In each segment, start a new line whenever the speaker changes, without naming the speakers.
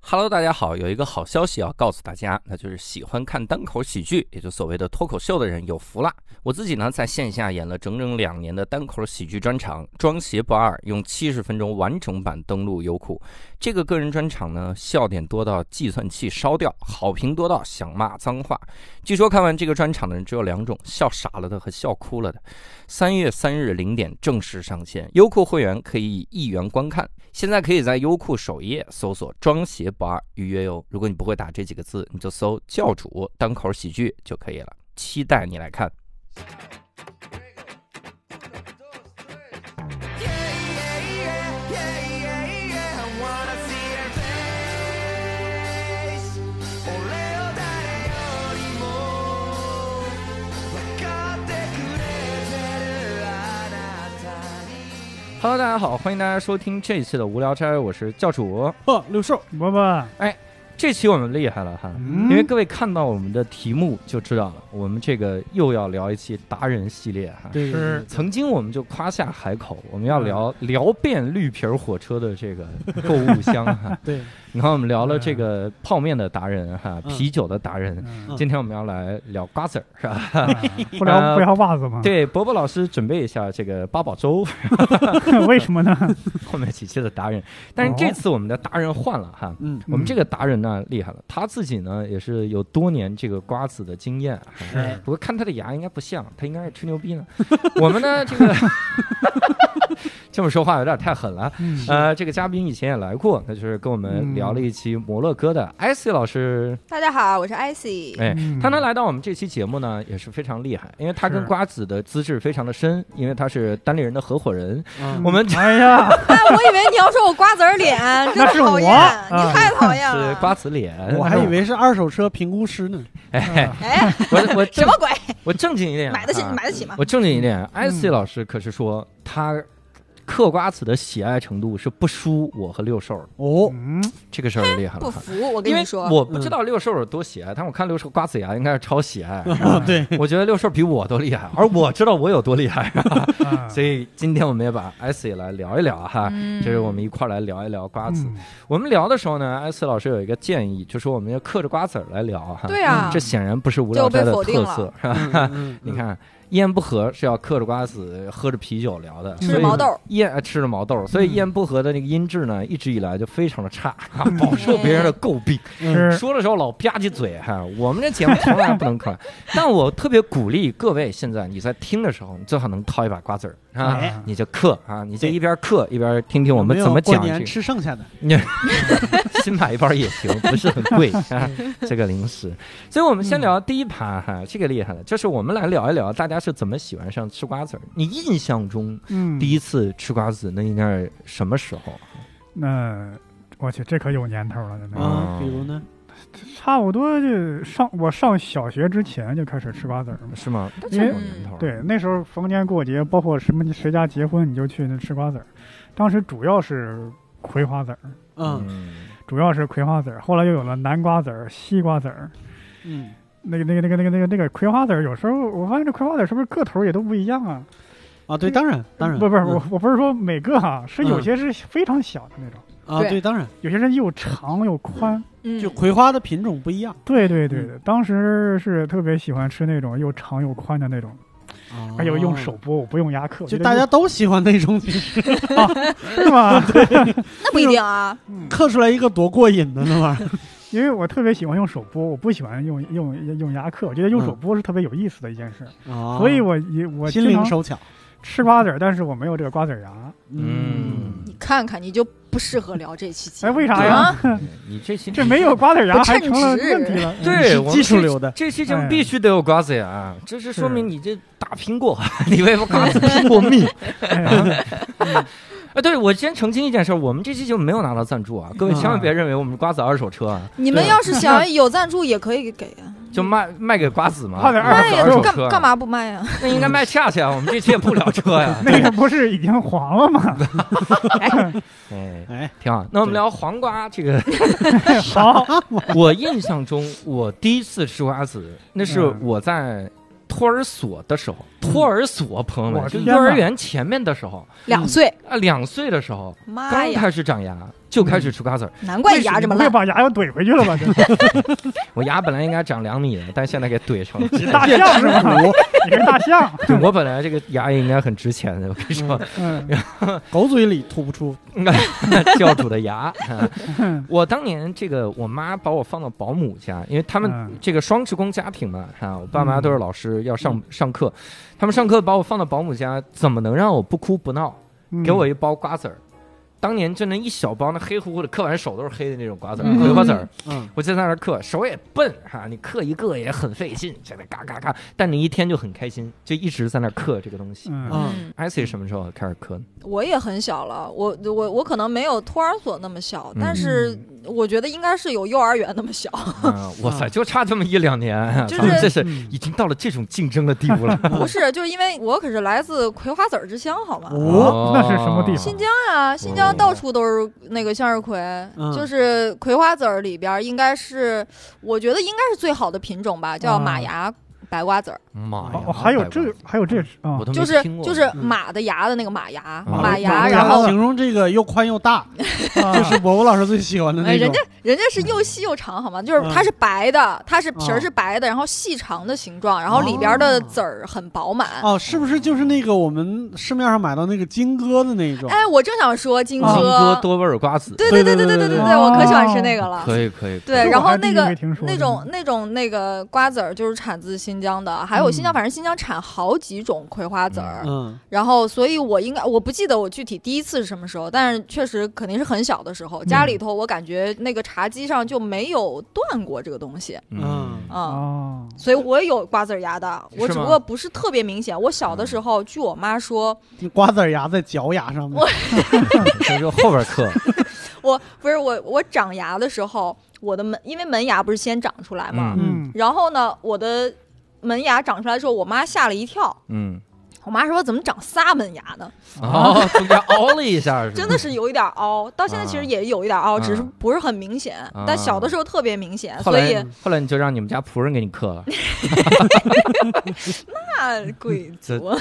Hello，大家好，有一个好消息要告诉大家，那就是喜欢看单口喜剧，也就所谓的脱口秀的人有福啦。我自己呢，在线下演了整整两年的单口喜剧专场《装鞋不二》，用七十分钟完整版登陆优酷。这个个人专场呢，笑点多到计算器烧掉，好评多到想骂脏话。据说看完这个专场的人只有两种：笑傻了的和笑哭了的。三月三日零点正式上线，优酷会员可以一元观看。现在可以在优酷首页搜索“装鞋不二”预约哟。如果你不会打这几个字，你就搜“教主单口喜剧”就可以了。期待你来看。Hello，大家好，欢迎大家收听这一期的无聊斋，我是教主。
哦，六兽，伯伯，
这期我们厉害了哈，
嗯
因为各位看到我们的题目就知道了，我们这个又要聊一期达人系列哈。
对嗯
是
曾经我们就夸下海口，我们要聊、聊遍绿皮儿火车的这个购物箱哈。
对，
你看，我们聊了这个泡面的达人哈，
嗯
啤酒的达人，
嗯
今天我们要来聊瓜子儿是吧？
不聊不聊袜子
嗯
吗？，
呃 对，伯伯老师准备一下这个八宝粥，
为什么呢？
后面几期的达人，但是这次我们的达人换了哈。
哦嗯，
我们这个达人呢厉害了，他自己呢也是有多年这个瓜子的经验啊，
哎
不过看他的牙应该不像，他应该是吹牛逼呢。 我们呢这个 这么说话有点太狠了。
嗯
呃，这个嘉宾以前也来过，那就是跟我
嗯
们聊了一期摩洛哥的艾希老师。
大家好，我是 IC。
哎，
嗯
他能来到我们这期节目呢，也是非常厉害，因为他跟
是
瓜子的资质非常的深，因为他是单立人的合伙人。
嗯
我们
哎呀，
但啊我以为你要说我瓜子儿 脸，真
那是
讨厌，
我啊
你太讨厌了。
是瓜子脸，
我还以为是啊二手车评估师呢。
哎，
哎，
我我
什
正
么 鬼？
我正经一点，
买得起？
哎啊
你买得起吗？
我正经一
嗯
点。艾希老师可是说他嗑瓜子的喜爱程度是不输我和六兽的，
哦，
嗯，
这个事儿厉害
不
了哈。
服，我跟
因为
你说，
我不知道六兽有多喜爱，但我看六兽瓜子牙应该是超喜 爱。
啊对，
我觉得六兽比我都厉害，而我知道我有多厉害。
啊
所以今天我们也把艾斯也来聊一聊哈，
嗯
啊就是我们一块儿来聊一聊瓜子。
嗯
我们聊的时候呢，艾斯老师有一个建议，就说我们要嗑着瓜子儿来聊哈。
对啊
这，显然不是无聊斋的
就被否
特
定了
色，是吧？
嗯
你
你，
看，一言不合是要嗑着瓜子、喝着啤酒聊的，
嗯吃
所以
毛豆，嗯
一言呃吃着毛豆，所以一言不合的那个音质呢，一直以来就非常的 差，饱受
嗯
别人的诟病。
嗯
是
说的时候老吧唧嘴哈，我们这节目从来不能 嗑，但我特别鼓励各位，现在你在听的时候，你最好能掏一把瓜子儿啊
哎，
你就嗑啊，你就一边嗑一边听听我们
有没有
怎么讲
过
这
年
个，
吃剩下的，
新买一包也行，不是很贵啊，这个零食。所以我们先聊第一盘哈，这个厉害了，就是我们来聊一聊大家是怎么喜欢上吃瓜子儿。你印象中
嗯，
第一次吃瓜子那应该是什么时候？
那我去，这可有年头了，真的，
啊
嗯，比如呢，
差不多就上我上小学之前就开始吃瓜子儿了。
是吗？
但
这
是
有年头了。
对，那时候逢年过节，包括什么谁家结婚，你就去那吃瓜子儿。当时主要是葵花籽儿，
嗯
主要是葵花籽儿，后来又有了南瓜籽儿、西瓜籽儿。
嗯，
那个、那个、那个、那个、那个、那个葵花籽儿，有时候我发现这葵花籽儿是不是个头儿也都不一样啊？
啊，对，当然，当然，
不不是，
嗯
我我不是说每个哈，是有些是非常小的那种，
啊，对，当然，
有些是又长又宽。
嗯
就葵花的品种不一样
对对对
嗯
对，当时是特别喜欢吃那种又长又宽的那种，
啊
而且哎我用手剥，我不用牙
就
嗑。我觉得
大家都喜欢那种，
是吗？
那不一定啊。
嗯
刻出来一个多过瘾的那玩意儿。
因为我特别喜欢用手剥，我不喜欢用用用牙嗑。我觉得用手剥是特别有意思的一件事，
啊
所以我一我
嗯心
经
灵
常
手巧，
吃瓜子儿，但是我没有这个瓜子儿牙。
嗯，
你看看，你就不适合聊这期节
哎，
目。
为啥
对
呀？
啊？
嗯你这期
这没有瓜子儿牙
不
还
称
成了
职
问题了。
对
嗯是
我们
技术
这
流的，
这期节目必须得有瓜子呀，这是说
是
明你这大苹果， 你为瓜子拼过命。
哎呀
啊，对，我先澄清一件事，我们这期节目没有拿到赞助啊，各位千万别认为我们瓜子二手车啊，
你们要是想有赞助也可以给啊，
就卖卖给瓜子嘛，
瓜子二啊
瓜
卖
子
呀
二手，
干
车
干嘛不卖啊呀？
那应该卖恰恰，我们这期也不聊车 呀。
那个不是已经黄了吗？
哎，
哎，
挺好。那我们聊黄瓜这个，
好，
啊
我印象中我第一次吃瓜子，那是
嗯
我在托儿所的时候，托儿所朋友们
我
就
天
幼儿
哪
园前面的时候
两岁，
啊，两岁的时候
妈
刚
哎呀！
开始长牙，就开
嗯
始吃瓜子儿。
难 怪牙这么
快
烂。
把牙又怼回去了吧？这
我牙本来应该长两米的，但现在给怼成了
大象是 吧？你是大象，
对我本来这个牙也应该很值钱的，我跟你说，
嗯
狗嘴里吐不出。
教主的 牙。啊
嗯
我当年这个，我妈把我放到保姆家，因为他们
嗯
这个双职工家庭嘛，啊，我爸妈都是老师，要上上课，他们上课把我放到保姆家，怎么能让我不哭不闹？
嗯
给我一包瓜子儿。当年真的一小包，那黑乎乎的，嗑完手都是黑的那种瓜子儿、
嗯
葵花籽儿。
嗯，
我就在那儿嗑，手也笨哈、你嗑一个也很费劲，在那嘎嘎嘎。但你一天就很开心，就一直在那儿嗑这个东西。
嗯
啊
嗯，
IC 什么时候开始嗑呢？
我也很小了，我我我可能没有托儿所那么小
嗯，
但是我觉得应该是有幼儿园那么小。
啊，哇
嗯
塞，就差这么一两年，
就是
咱们 这是
嗯
已经到了这种竞争的地 步了。
不是，就是因为我可是来自葵花籽儿之乡，好吗？
哦
那是什么地方
新疆啊，新疆到处都是那个向日葵，
嗯
就是葵花籽儿里边儿应该是，我觉得应该是最好的品种吧，叫马牙白瓜子儿，
妈呀
哦，还有这
百
个，还有这啊
万我，都没
就是
听过
就是
嗯
马的牙的那个马牙，
嗯
马牙，
马
然后
形容这个又宽又大，
就
就是博博老师最喜欢的
哎
那
人
种
家。人家是又细又长，好吗？就是
嗯
它是白的，它是皮
哦
儿是白的，然后细长的形状，然后里边儿的籽儿很饱满。
哦，是不是就是那个我们市面上买到那个金鸽的那种？
哎，我正想说金
啊
哦金
哥，
哥多味儿瓜子。
对
对
对
对
对
对
对
对
对，我可喜欢
哦
吃那个了。
可以可以，
对，
这
然
我
后
还
那
真
个
没听说
那
过
种那种那个瓜子儿就是产自新疆的，还有新疆，
嗯
反正新疆产好几种葵花籽儿。
嗯
然后，所以我应该我不记得我具体第一次是什么时候，但是确实肯定是很小的时候，家里头我感觉那个茶几上就没有断过这个东西，
嗯，
嗯。
哦，
所以我有瓜子儿牙的，我
是
只
吗
不过不是特别明显。我小的时候，据我妈说，
你瓜子儿牙在脚牙上面
我。
这就后边 嗑，
我不是我我长牙的时候，我的门因为门牙不是先长出来嘛，
嗯
然后呢，我的门牙长出来之后，我妈吓了一跳。
嗯，
我妈说：“怎么长仨门牙呢？
嗯
哦，中间凹了一下，是吧
真的是有一点凹，到现在其实也有一点凹，
啊
只是不是很明显。
啊
但小的时候特别明显，
后
所
来
以，
后来你就让你们家仆人给你刻 了，
那啊 贵族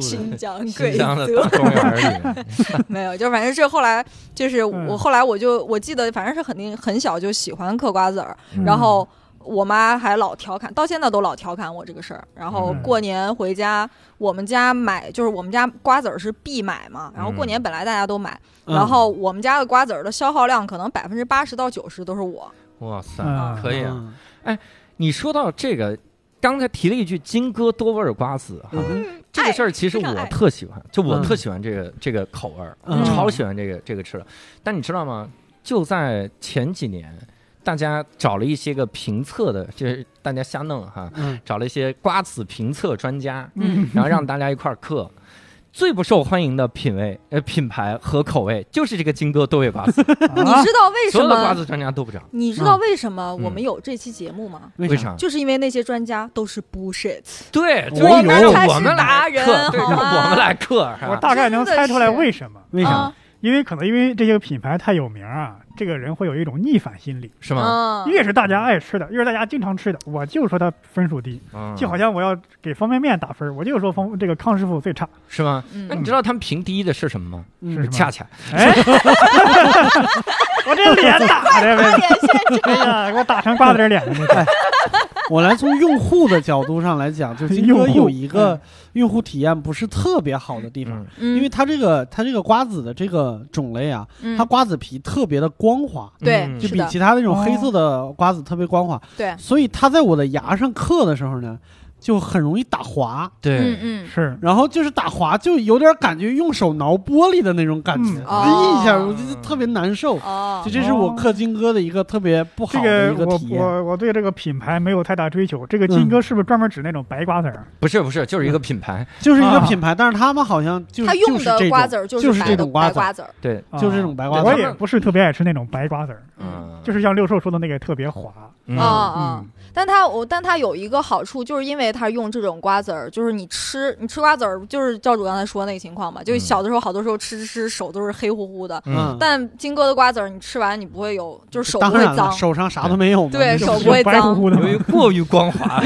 新疆
新
贵
疆的
族
大公园 里，
没有，就反正是后来就是
嗯
我后来我就我记得，反正是肯定很小就喜欢嗑瓜子儿，
嗯
然后我妈还老调侃，到现在都老调侃我这个事儿。然后
嗯
过年回家，我们家买就是我们家瓜子儿是必买嘛，然后
嗯
过年本来大家都买，
嗯
然后我们家的瓜子儿的消耗量可能百分之八十到九十都是我。
哇塞，
嗯
可以啊。
嗯
你说到这个，刚才提了一句金哥多味儿瓜子哈，
嗯
这个事儿其实
非常
我
爱
特喜欢，就我
嗯
特喜欢这个这个口味儿，
嗯
超喜欢这个这个吃的。但你知道吗？就在前几年，大家找了一些个评测的，就是大家瞎弄哈，
嗯
找了一些瓜子评测专家，
嗯
然后让大家一块儿嗑。最不受欢迎的品味、呃品牌和口味，就是这个金哥多味瓜子，
你
啊
知道为
所
什
有的瓜
么？
子专家都不涨，
你知
嗯
道为什么我们有这期节目吗？
为？啥？
就是因为那些专家都是 bullshit，
对，
我
就是
们
让
才是
我们
达
来
人
嗑，对，
好
让
吗
我们来嗑，是
啊我
吧？
大概能猜出来为什么，
为啥？
啊
因为可能因为这些品牌太有名啊，这个人会有一种逆反心理，
是吗？
嗯
越是大家爱吃的，越是大家经常吃的，我就说它分数低，
嗯
就好像我要给方便面打分，我就说方这个康师傅最差，
是吗？那
嗯，
你知道他们评第一的是什么吗？
嗯
是什么
恰恰，
哎， 我这脸打
快
的呗，
点现
哎呀，给我打成瓜子脸了，这
我来从用户的角度上来讲，就金
用
哥
户
有一
嗯
个用户体验不是特别好的地方，
嗯
因
因为它这个它这个瓜子的这个种类啊，它瓜子皮特别的光滑，
嗯对
嗯
就是比
的哦
其他那种黑色的瓜子特别光滑，
对，
所以它在我的牙上刻的时候呢，就很容易打滑，
嗯
对，
嗯，
是
然后就是打滑就有点感觉用手挠玻璃的那种感觉，
嗯
哦
一下我就特别难受。
哦
就，这是我氪金哥的一个特别不
这
好的一
我
体验。
我我对这个品牌没有太大追求，这个金哥是不是专门指那种白瓜子儿？
不是不是，就是一个品牌，
就是一个
啊
品牌，但是他们好像就
他用的瓜子
儿，
儿
就是是
白
这
的
种瓜
白
子儿
瓜子儿，
对，
啊
就是这种白瓜子
我
儿
也不是特别爱吃那种白瓜子儿，
嗯，
就是像六兽说的那个特别滑。
嗯
啊啊
嗯！
但它我但它有一个好处，就是因为它用这种瓜子儿，就是你吃你吃瓜子儿，就是教主刚才说那个情况嘛，就
嗯
小的时候好多时候吃吃吃手都是黑乎乎的，
嗯，
但金哥的瓜子儿你吃完你不会有，就是手不
当
会
然了，
脏，
手上啥都没有嘛。
对
就是
手不会
白乎
脏
乎的
由于过于光滑，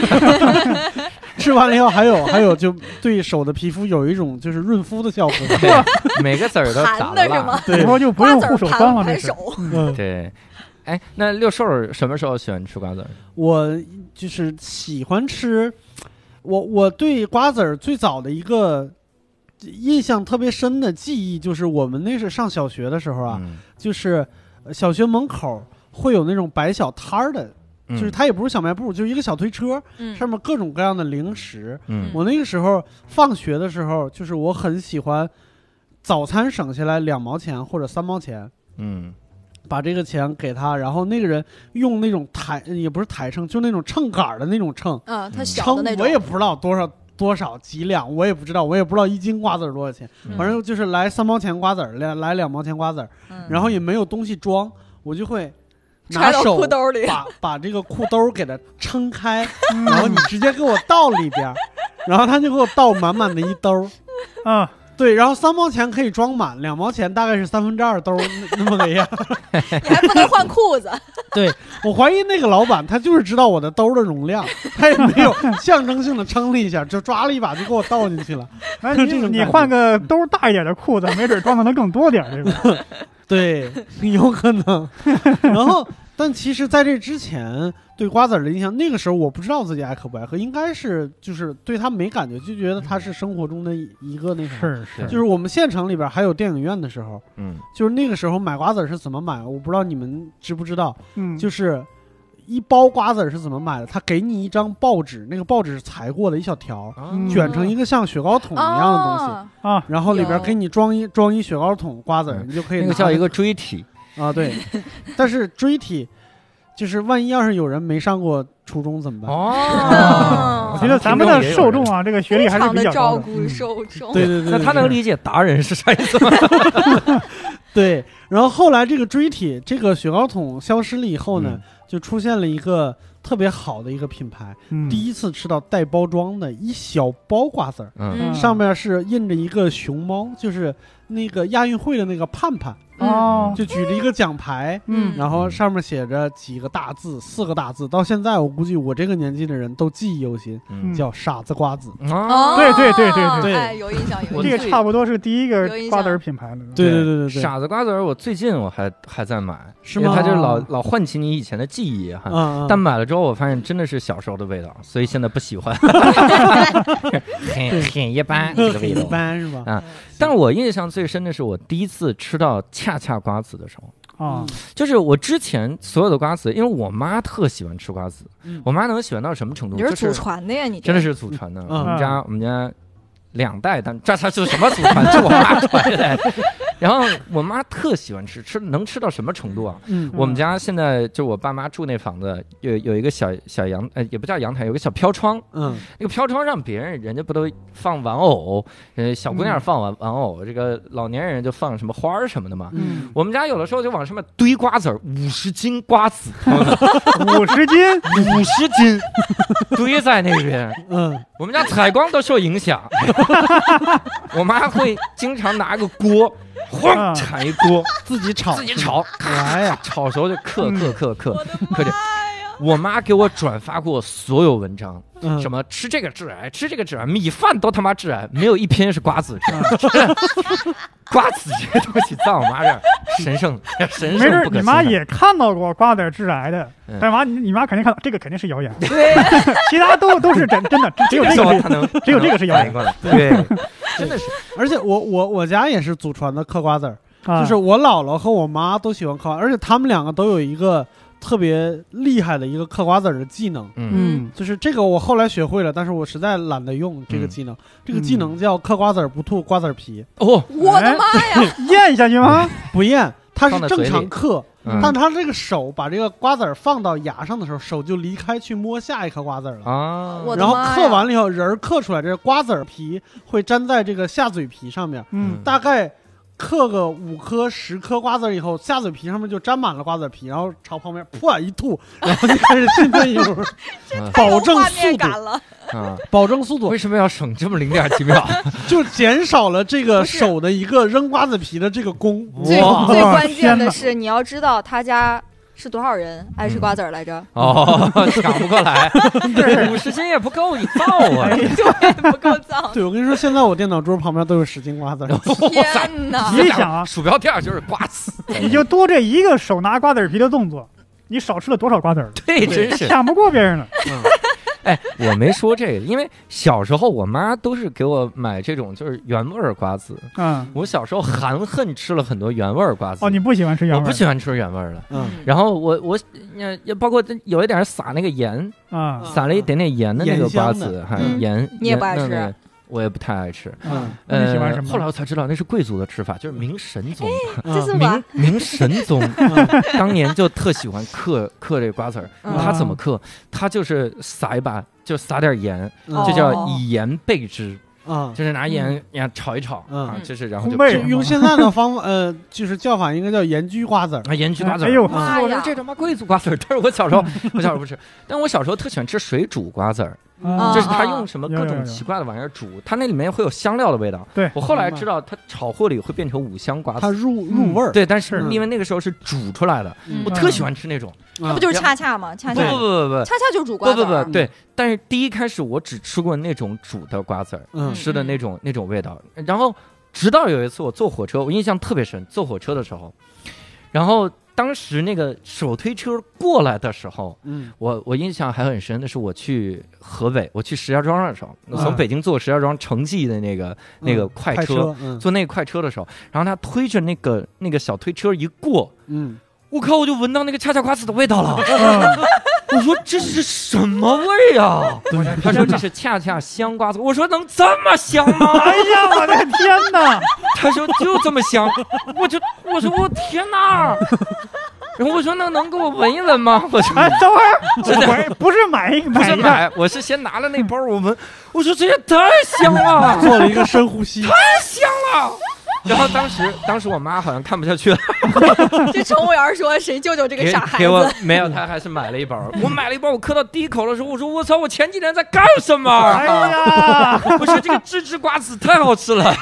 吃完了以后还有还有就对手的皮肤有一种就是润肤的 效果。
对，每个籽儿都打
含的是吗
蜡。？
对
以，后就不
瓜
用
子
护
儿
手
盘
霜了，
不
这
盘
是
手。
嗯，
对，哎，那六兽儿什么时候喜欢吃瓜子儿？
我就是喜欢吃，我我对瓜子儿最早的一个印象特别深的记忆，就是我们那是上小学的时候啊，
嗯
就是呃小学门口会有那种摆小摊儿的，
嗯
就是它也不是小卖部，就是一个小推车，
嗯
上面各种各样的零食。
嗯
我那个时候放学的时候，就是我很喜欢早餐省下来两毛钱或者三毛钱，
嗯
把这个钱给他，然后那个人用那种抬也不是抬秤，就那种秤杆儿的那种秤，
嗯，它
嗯
小
称
的那种
我，也不知道多少多少几两，我也不知道，我也不知道一斤瓜子儿多少钱，
嗯
反正就是来三毛钱瓜子儿，来来两毛钱瓜子儿，
嗯
然后也没有东西装，我就会拿
揣到
手
裤兜里。
把把这个裤兜儿给它撑开，然后你直接给我倒里边儿，然后他就给我倒满满的一兜儿。
啊，
对，然后三毛钱可以装满，两毛钱大概是三分之二兜儿那那么个样。
你还不能换裤子，
我怀疑那个老板他就是知道我的兜的容量，他也没 有象征性的称了一下，就抓了一把就给我倒进去了。
哎，
就
你
这种
你
感觉
换个兜儿大一点的裤子，没准装的能更多点儿，对吧？
对，有可能。然后， 但其实在这之前对瓜子儿的印象，那个时候我不知道自己爱喝不爱喝，应该是就是对它没感觉，就觉得它是生活中的一个那啥。，
是
对
就是我们县城里边还有电影院的时候，
嗯
就是那个时候买瓜子儿是怎么买，我不知道你们知不知道，
嗯，
就是。一包瓜子儿是怎么买的？他给你一张报纸，那个报纸是裁过的一小条儿，
嗯
卷成一个像雪糕筒一样的东西，
哦
啊，
然后里边
有
给你装一装一雪糕筒瓜子儿，
嗯
你就可
那
以拿
个
着
叫一个锥体，
啊对，但是锥体就是万一要是有人没上过初中怎么办？
哦
嗯
我觉得咱们的受众
啊，
啊，这个学历
非
还是
常
比
的
较
照
高的。嗯
顾受众。
对对对，
那他
对
能理解达人是啥意思吗？
对。然后后来这个锥体这个雪糕筒消失了以后呢，
嗯
就出现了一个特别好的一个品牌，
嗯，
第一次吃到带包装的一小包瓜子儿。
嗯
嗯
上面是印着一个熊猫，就是那个亚运会的那个盼盼，
嗯
哦，
就举着一个奖牌，
嗯
然后上面写着几个大字，四个大字，到现在我估计我这个年纪的人都记忆犹新，
嗯
叫傻子瓜子。
啊
哦，
对对对对
对
哎，有印象，有
我
这
印
个
象。
差不多是第一个
有印象
瓜子儿品牌了。
对对对对对，
傻子瓜子儿，我最近我还还在买，
是
因为
吗
它就老老唤起你以前的记忆哈。
嗯，
但买了之后，我发现真的是小时候的味道，所以现在不喜欢， 很很一般这个
很
味
一
道。
般是吧？
但我印象最深的是我第一次吃到恰恰瓜子的时候，
啊，
就是我之前所有的瓜子，因为我妈特喜欢吃瓜子，
嗯
我妈能喜欢到什么程度？
你是
就
祖
是
传的呀？你
真的
是
是祖传的。
嗯
我们家我们家两代，但这才是什么祖传？这我妈传的。 然后我妈特喜欢吃，吃能吃到什么程度啊？
嗯
我们家现在就我爸妈住那房子，有有一个小小阳呃，也不叫阳台，有个小飘窗。
嗯
那个飘窗让别人人家不都放玩偶，呃，小姑娘
嗯
放玩玩偶，这个老年人就放什么花儿什么的 嘛。
嗯，
我们家有的时候就往上面堆瓜子儿，五十斤瓜子，嗯
五十斤，
五十斤堆在那边。
嗯
我们家采光都受影响，我妈会经常拿个锅，
啊
哐铲一锅，
自己炒
自己，炒，
哎呀，
炒熟就嗑嗑嗑嗑
我。的
可是
妈呀！
我妈给我转发过所有文章，
嗯
什么吃这个致癌，吃这个致癌，米饭都他妈致癌，没有一篇是瓜子致癌。 瓜子这个东西在我妈这儿神圣，神
没
圣
准儿
不可
你
侵
妈
犯。
也看到过瓜子儿致癌的
嗯，
但妈你妈肯定看到，这个肯定是谣言，
对，
其他都都是真真的，只 有
这
这
时
个
候
是
她能，
只有这个是
她
谣
能反
言
应过来。对，真的是
而且我我我家也是祖传的嗑瓜子儿，
啊，
就是我姥姥和我妈都喜欢嗑瓜，而且他们两个都有一个特别厉害的一个嗑瓜子儿的技能，
嗯
嗯
就是这个我后来学会了，但是我实在懒得用这个技能。这个技能叫嗑瓜子儿不吐瓜子儿皮，
哦，
我的妈呀！
咽下去吗？
不咽，它
放
是
在嘴
正
里
常嗑，
嗯
但他这个手把这个瓜子儿放到牙上的时候，手就离开去摸下一颗瓜子儿了。
啊，
我的
然后
妈呀
嗑完了以后，仁儿嗑出来，这个瓜子儿皮会粘在这个下嘴皮上面，
嗯，
大概嗑个五颗、十颗瓜子儿以后，下嘴皮上面就沾满了瓜子儿皮，然后朝旁边噗一吐，然后就开始进队 友，
太有
哎保证
画
速
面
度，
感了。
啊，
保证速度
为，什么要省这么零点几秒？
就减少了这个
不是
手的一个扔瓜子皮的这个功。
最
哇
最关键
天
的
哪
是，你要知道他家是多少人爱吃瓜子儿来着？
哦，抢不过来，五十斤也不够你造啊！
对，不够脏。
对，我跟你说，现在我电脑桌旁边都有十斤 瓜子儿。
天哪！嗯
嗯
你想啊，
鼠标垫儿就是瓜子，
嗯你就多这一个手拿瓜子皮的动作，你少吃了多少瓜子儿？
对，真是。
抢不过别 人了。
哎，我没说这个，因为小时候我妈都是给我买这种就是原味儿瓜子。
嗯，
我小时候含恨吃了很多原味儿瓜子。
哦，你不喜欢吃原
我
味儿？
不喜欢吃原味儿的。
嗯，
然后我我呃也包括有一点儿撒那个盐，
啊
嗯
撒了一点点盐的那个瓜
盐香
子，还
嗯
盐，
你也不爱
盐
吃
那个我也不太爱吃。
嗯
那你喜欢什
呃，
么？
后来我才知道那是贵族的吃法，就是明神宗，
嗯
这哎是我
明明神 宗当年就特喜欢嗑嗑这瓜子儿。
嗯
他怎么嗑？他就是撒一把，就撒点盐，
嗯
哦
这叫以盐备之，
啊，
就是拿盐呀炒一炒
嗯
啊，就是然后
烘
就
焙
用现在的方法，呃，就是叫法应该叫盐焗瓜子儿。
啊盐焗瓜子儿。
哎呦
我
妈
说
呀！
这他妈贵族瓜子儿， 但是我小时候我小时候不吃，但我小时候特喜欢吃水煮瓜子儿，
哦
啊
就是他用什么
有
各
有有
种奇怪的玩意儿煮，它那里面会有香料的味道。
对
我后来知道，它炒和了以后会变成五香瓜
它
子。
入入味儿，
对，但是
是
因为那个时候是煮出来的，
嗯
我特喜欢吃那种。
啊
那不就是恰恰吗？
不
恰
不
恰，
不
恰
不不
恰就是煮瓜
不
子
不
儿 嗯
不，对。但是第一开始我只吃过那种煮的瓜子儿，
嗯
吃的那种那种味道。然后直到有一次我坐火车，我印象特别深，坐火车的时候，然后当时那个手推车过来的时候，
嗯
我我印象还很深的是，我去河北，我去石家庄的时候，我
嗯
从北京坐石家庄城际的那个、那个
嗯
快
快
车，，
嗯
坐那个快车的时候，然后他推着那个那个小推车一过，
嗯，
我靠，我就闻到那个恰恰瓜子的味道了。
嗯
我说这是什么味啊？他说这 是恰恰香瓜子。我说能这么香 吗？
哎呀，我的天哪！
他说就这么香，我就我说我天哪！然后我说那能给我闻一闻吗？我说
哎，等会儿，
真的
我也不是买一
不
买
是
一个，
买，我是先拿了那包，我闻，我说这也太香了，
做了一个深 呼吸。
太香了。然后当时，当时我妈好像看不下去了，
这乘务员说：“谁救救这个
给
傻孩
给
子
我没有，她还是买了一包。我买了一包，我嗑到第一口的时候，我说我操，我前几天在干什
哎
么？
呀，
我说这个芝芝瓜子太好吃了，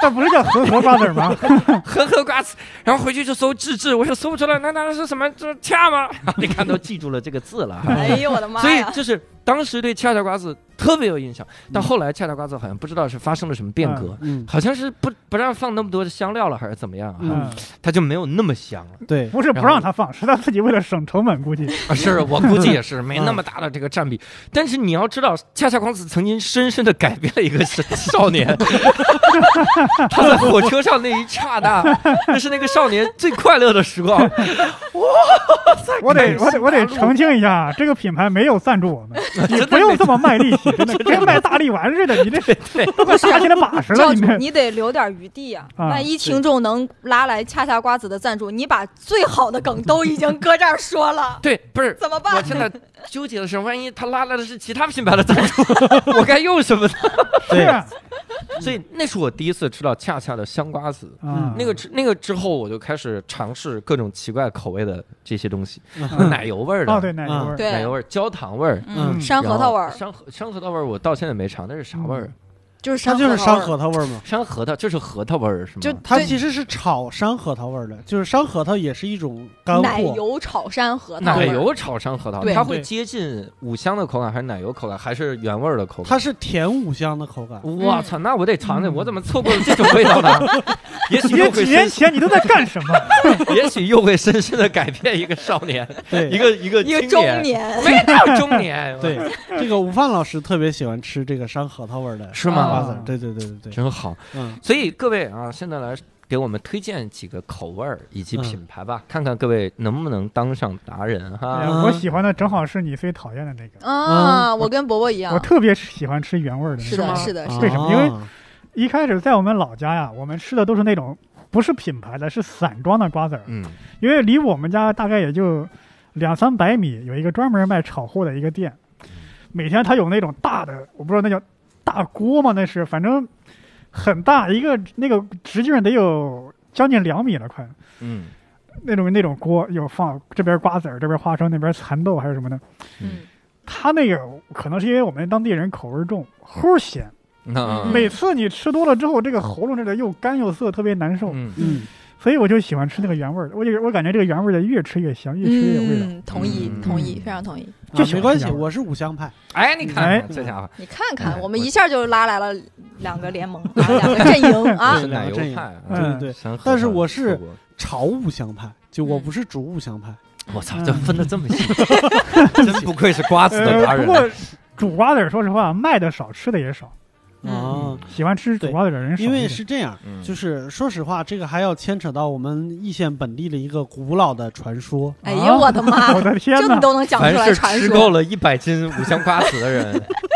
这不是叫合合瓜子 儿吗？
呵呵瓜子。然后回去就搜芝芝，我说搜不出来，那那是什么？这恰吗？你看都记住了这个字了。！”哈。
哎呦我的妈
所以
呀！
就是当时对恰恰瓜子特别有印象，但后来恰恰瓜子好像不知道是发生了什么变革，
嗯，
好像是不不让放那么多的香料了，还是怎么样啊？
嗯
嗯，
它就没有那么香了。
对，
不是不让他放，是他自己为了省成本，估计。
啊、是我估计也是没那么大的这个占比。但是你要知道，恰恰光子曾经深深的改变了一个少少年。他在火车上那一刹那，那是那个少年最快乐的时光。
我得我得我得
大陆
澄清一下，这个品牌没有赞助我们，你
真
不
的
用
没
这么卖力 气，真的跟卖大力丸似的，你这
对，
都快打起来 把式了，
教
你
主
这，。
你得留点余地啊！
啊
万一听众能拉来恰恰瓜子的赞助，你把最好的梗都已经搁这儿说了
对，不是。
怎么
我
办？
现在 纠结的是，万一他拉来的是其他品牌的赞 助，我该用什么 呢？
是啊，
所以那是我第一次吃到恰恰的香瓜子。
啊
嗯那个之那个之后，我就开始尝试各种奇怪口味的这些东西，
嗯
奶油味儿啊嗯的，
哦对，奶油味儿，
奶
对
油，味儿、焦糖味儿、
嗯，
嗯
山核桃味
然
儿嗯
后山核山核桃味儿，我到现在没尝，那是啥味儿？
就是
它
山
就是
桃
山
味儿，
核桃味儿嘛。
山核桃，这是核桃味儿是吗？
就
它
对
其实是炒山核桃味儿的，就是山核桃也是一种干
奶
货，
油炒山核桃
奶
味儿，
油炒山核桃，
对
它会
对
接近五香的口感，还是奶油口感，还是原味儿的口感？
它是甜五香的口感。
我操，那我得尝尝，我怎么错过了这种味道呢？也许
你这
又会
几年
深深，
前你都在干什 么？
也许又会深深的改变一个少年，一
对
个一个
一个
青
中
年，
年，
没到中年，哎
对，这个午饭老师特别喜欢吃这个山核桃味儿的
是
瓜
吗？
子儿。对对对对对，
真好。
嗯
所以各位啊，现在来给我们推荐几个口味儿以及品牌吧，看看各位能不能当上达人
哎
哈。
呀我喜欢的正好是你最讨厌的那个，
啊！我跟伯伯一样
我，特别喜欢吃原味儿的那
是
种。
的，是的，是的
为什么因为
啊
一开始在我们老家呀，我们吃的都是那种不是品牌的，是散装的瓜子儿，
嗯，
因为离我们家大概也就两三百米，有一个专门卖炒货的一个店，每天他有那种大的，我不知道那叫大锅吗？那是，反正很大，一个那个直径得有将近两米了，快。
嗯
那种那种锅有放这边瓜子儿，这边花生，那边蚕豆还是什么的。
嗯，
他那个可能是因为我们当地人口味重，齁咸。
那
嗯
每次你吃多了之后，这个喉咙这里又干又涩，特别难受。
嗯
嗯
所以我就喜欢吃那个原味儿的。我就我感觉这个原味儿的越吃越香，越吃越有味道。
嗯，同意
嗯，
同意，非常同意。
就
啊
喜欢
没关
吃
系，
羊肉
我是五香派，
哎，你
哎
看这家伙
你看
哎
看，我们
我
一下就拉来了两个联盟，啊两个阵营啊
是。奶油派啊，
嗯
对对对，
想喝
但是
上
我是
错过
炒五香派，就我
嗯
不是主五香派。
我操，
嗯
这分的这么细，真不愧是瓜子的达
呃，不
人。啊
过煮瓜子儿，说实话卖的少，吃的也少，
啊，
喜欢吃煮
对
瓜子儿的人少一
因
点。
为是这样，
嗯
就是说实话，这个还要牵扯到我们易县本地的一个古老的传说。
哎呀，我的妈
啊哦我！的天
这
哪
你！都能讲
凡
出来
是
传
吃
说
够，了一百斤五香瓜子的人，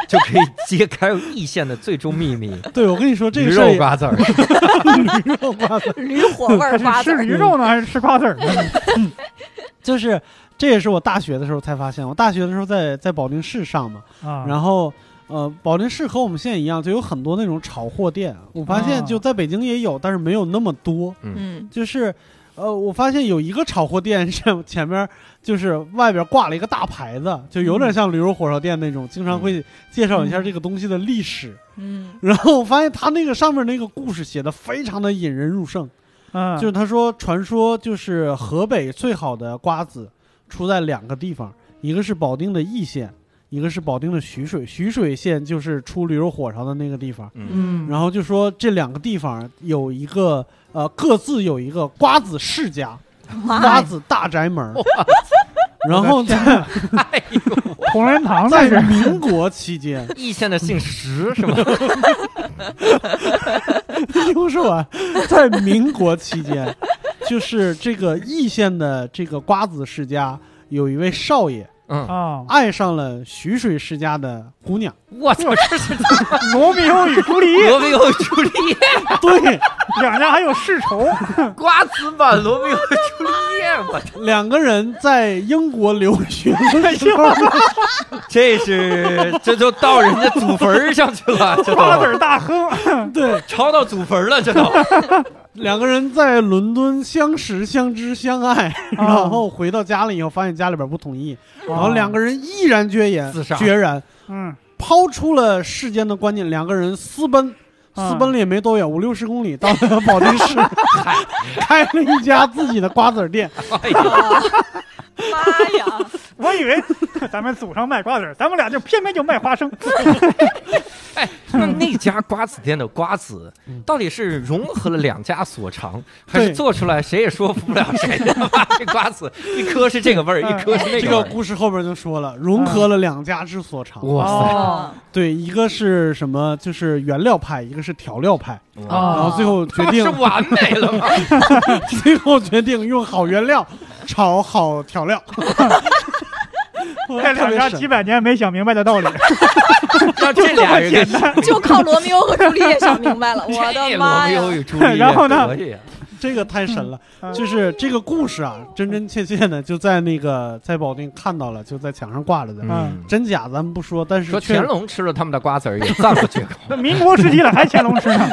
就可以揭开易县的最终秘密
——对，我跟你说，这
鱼
个事儿
肉
也
瓜子儿。
鱼肉瓜子，
驴火味儿瓜
他
子
是吃
儿。
驴肉呢，还是吃瓜 子儿呢？
就是这也是我大学的时候才发现。我大学的时候在在保定市上嘛，
啊，
然后呃，保定市和我们县一样，就有很多那种炒货店。我发
啊
现就在北京也有，但是没有那么多。
嗯，
就是呃，我发现有一个炒货店是前面就是外边挂了一个大牌子，就有点像驴肉火烧店那种，经常
嗯
会介绍一下这个东西的历史。
嗯，
然后我发现他那个上面那个故事写的非常的引人入胜。
嗯，
就是他说，传说就是河北最好的瓜子出在两个地方，一个是保定的易县，一个是保定的徐水。徐水县就是出驴肉火烧的那个地方。
嗯，
然后就说这两个地方有一个呃，各自有一个瓜子世家、瓜
妈呀，
子大宅门儿。然后
我的
在
哎呦，
同仁堂
在
那是
民国期间，
易县的姓石是吗？
听说完，在民国期间，就是这个易县的这个瓜子世家有一位少爷。
嗯，
啊，
爱上了徐水世家的姑娘。
我操，这 是
罗密欧与朱丽叶
罗密欧与朱丽叶，
对，
两家还有 世仇，
瓜子版罗密欧与朱丽叶，我操，
两个人在英国留学的时候，
这是这都到人家祖坟儿上去 了，这
瓜子
都
儿大亨。
对，
抄到祖坟儿了，这 都。
两个人在伦敦相识、相知、相爱，然后回到家里以后，发现家里边不同意，
啊
然后两个人毅然决然
自杀
决然
嗯，
抛出了世间的观念，两个人私奔。
啊
私奔了也没多远，五六十公里到了保定市，开了一家自己的瓜子儿店。
哎呀，
妈呀！
我以 为咱们祖上卖瓜子儿，咱们俩就偏偏就卖花生。
哎，那那家瓜子店的瓜子
嗯
到底是融合了两家所长，还是
对
做出来谁也说服不了谁的？这瓜子一颗是这个味儿，一颗是那
这
个
个
味儿。
故事后边就说了，融合了两家之所长。
哇塞！
哦，
对，一个是什么？就是原料派，一个是调料派，
哇
然后最后决
他
定
哦是，完美了吗？
最后决定用好原料炒好调料。 我特
这两
别
家
神
几百年没想明白的道 理，
让这俩人
就靠罗密欧和朱丽叶想明白了，我
这
的
罗
妈
密欧
呀！
与朱丽叶，
然后呢
可以啊
这个太神了
嗯。嗯
就是这个故事啊，真真切切的就在那个在保定看到了，就在墙上挂着的。
嗯，
真假咱们不说，但是
说
确
乾隆吃了他们的瓜子儿也赞不绝口。
那民国时期了还乾隆吃呢。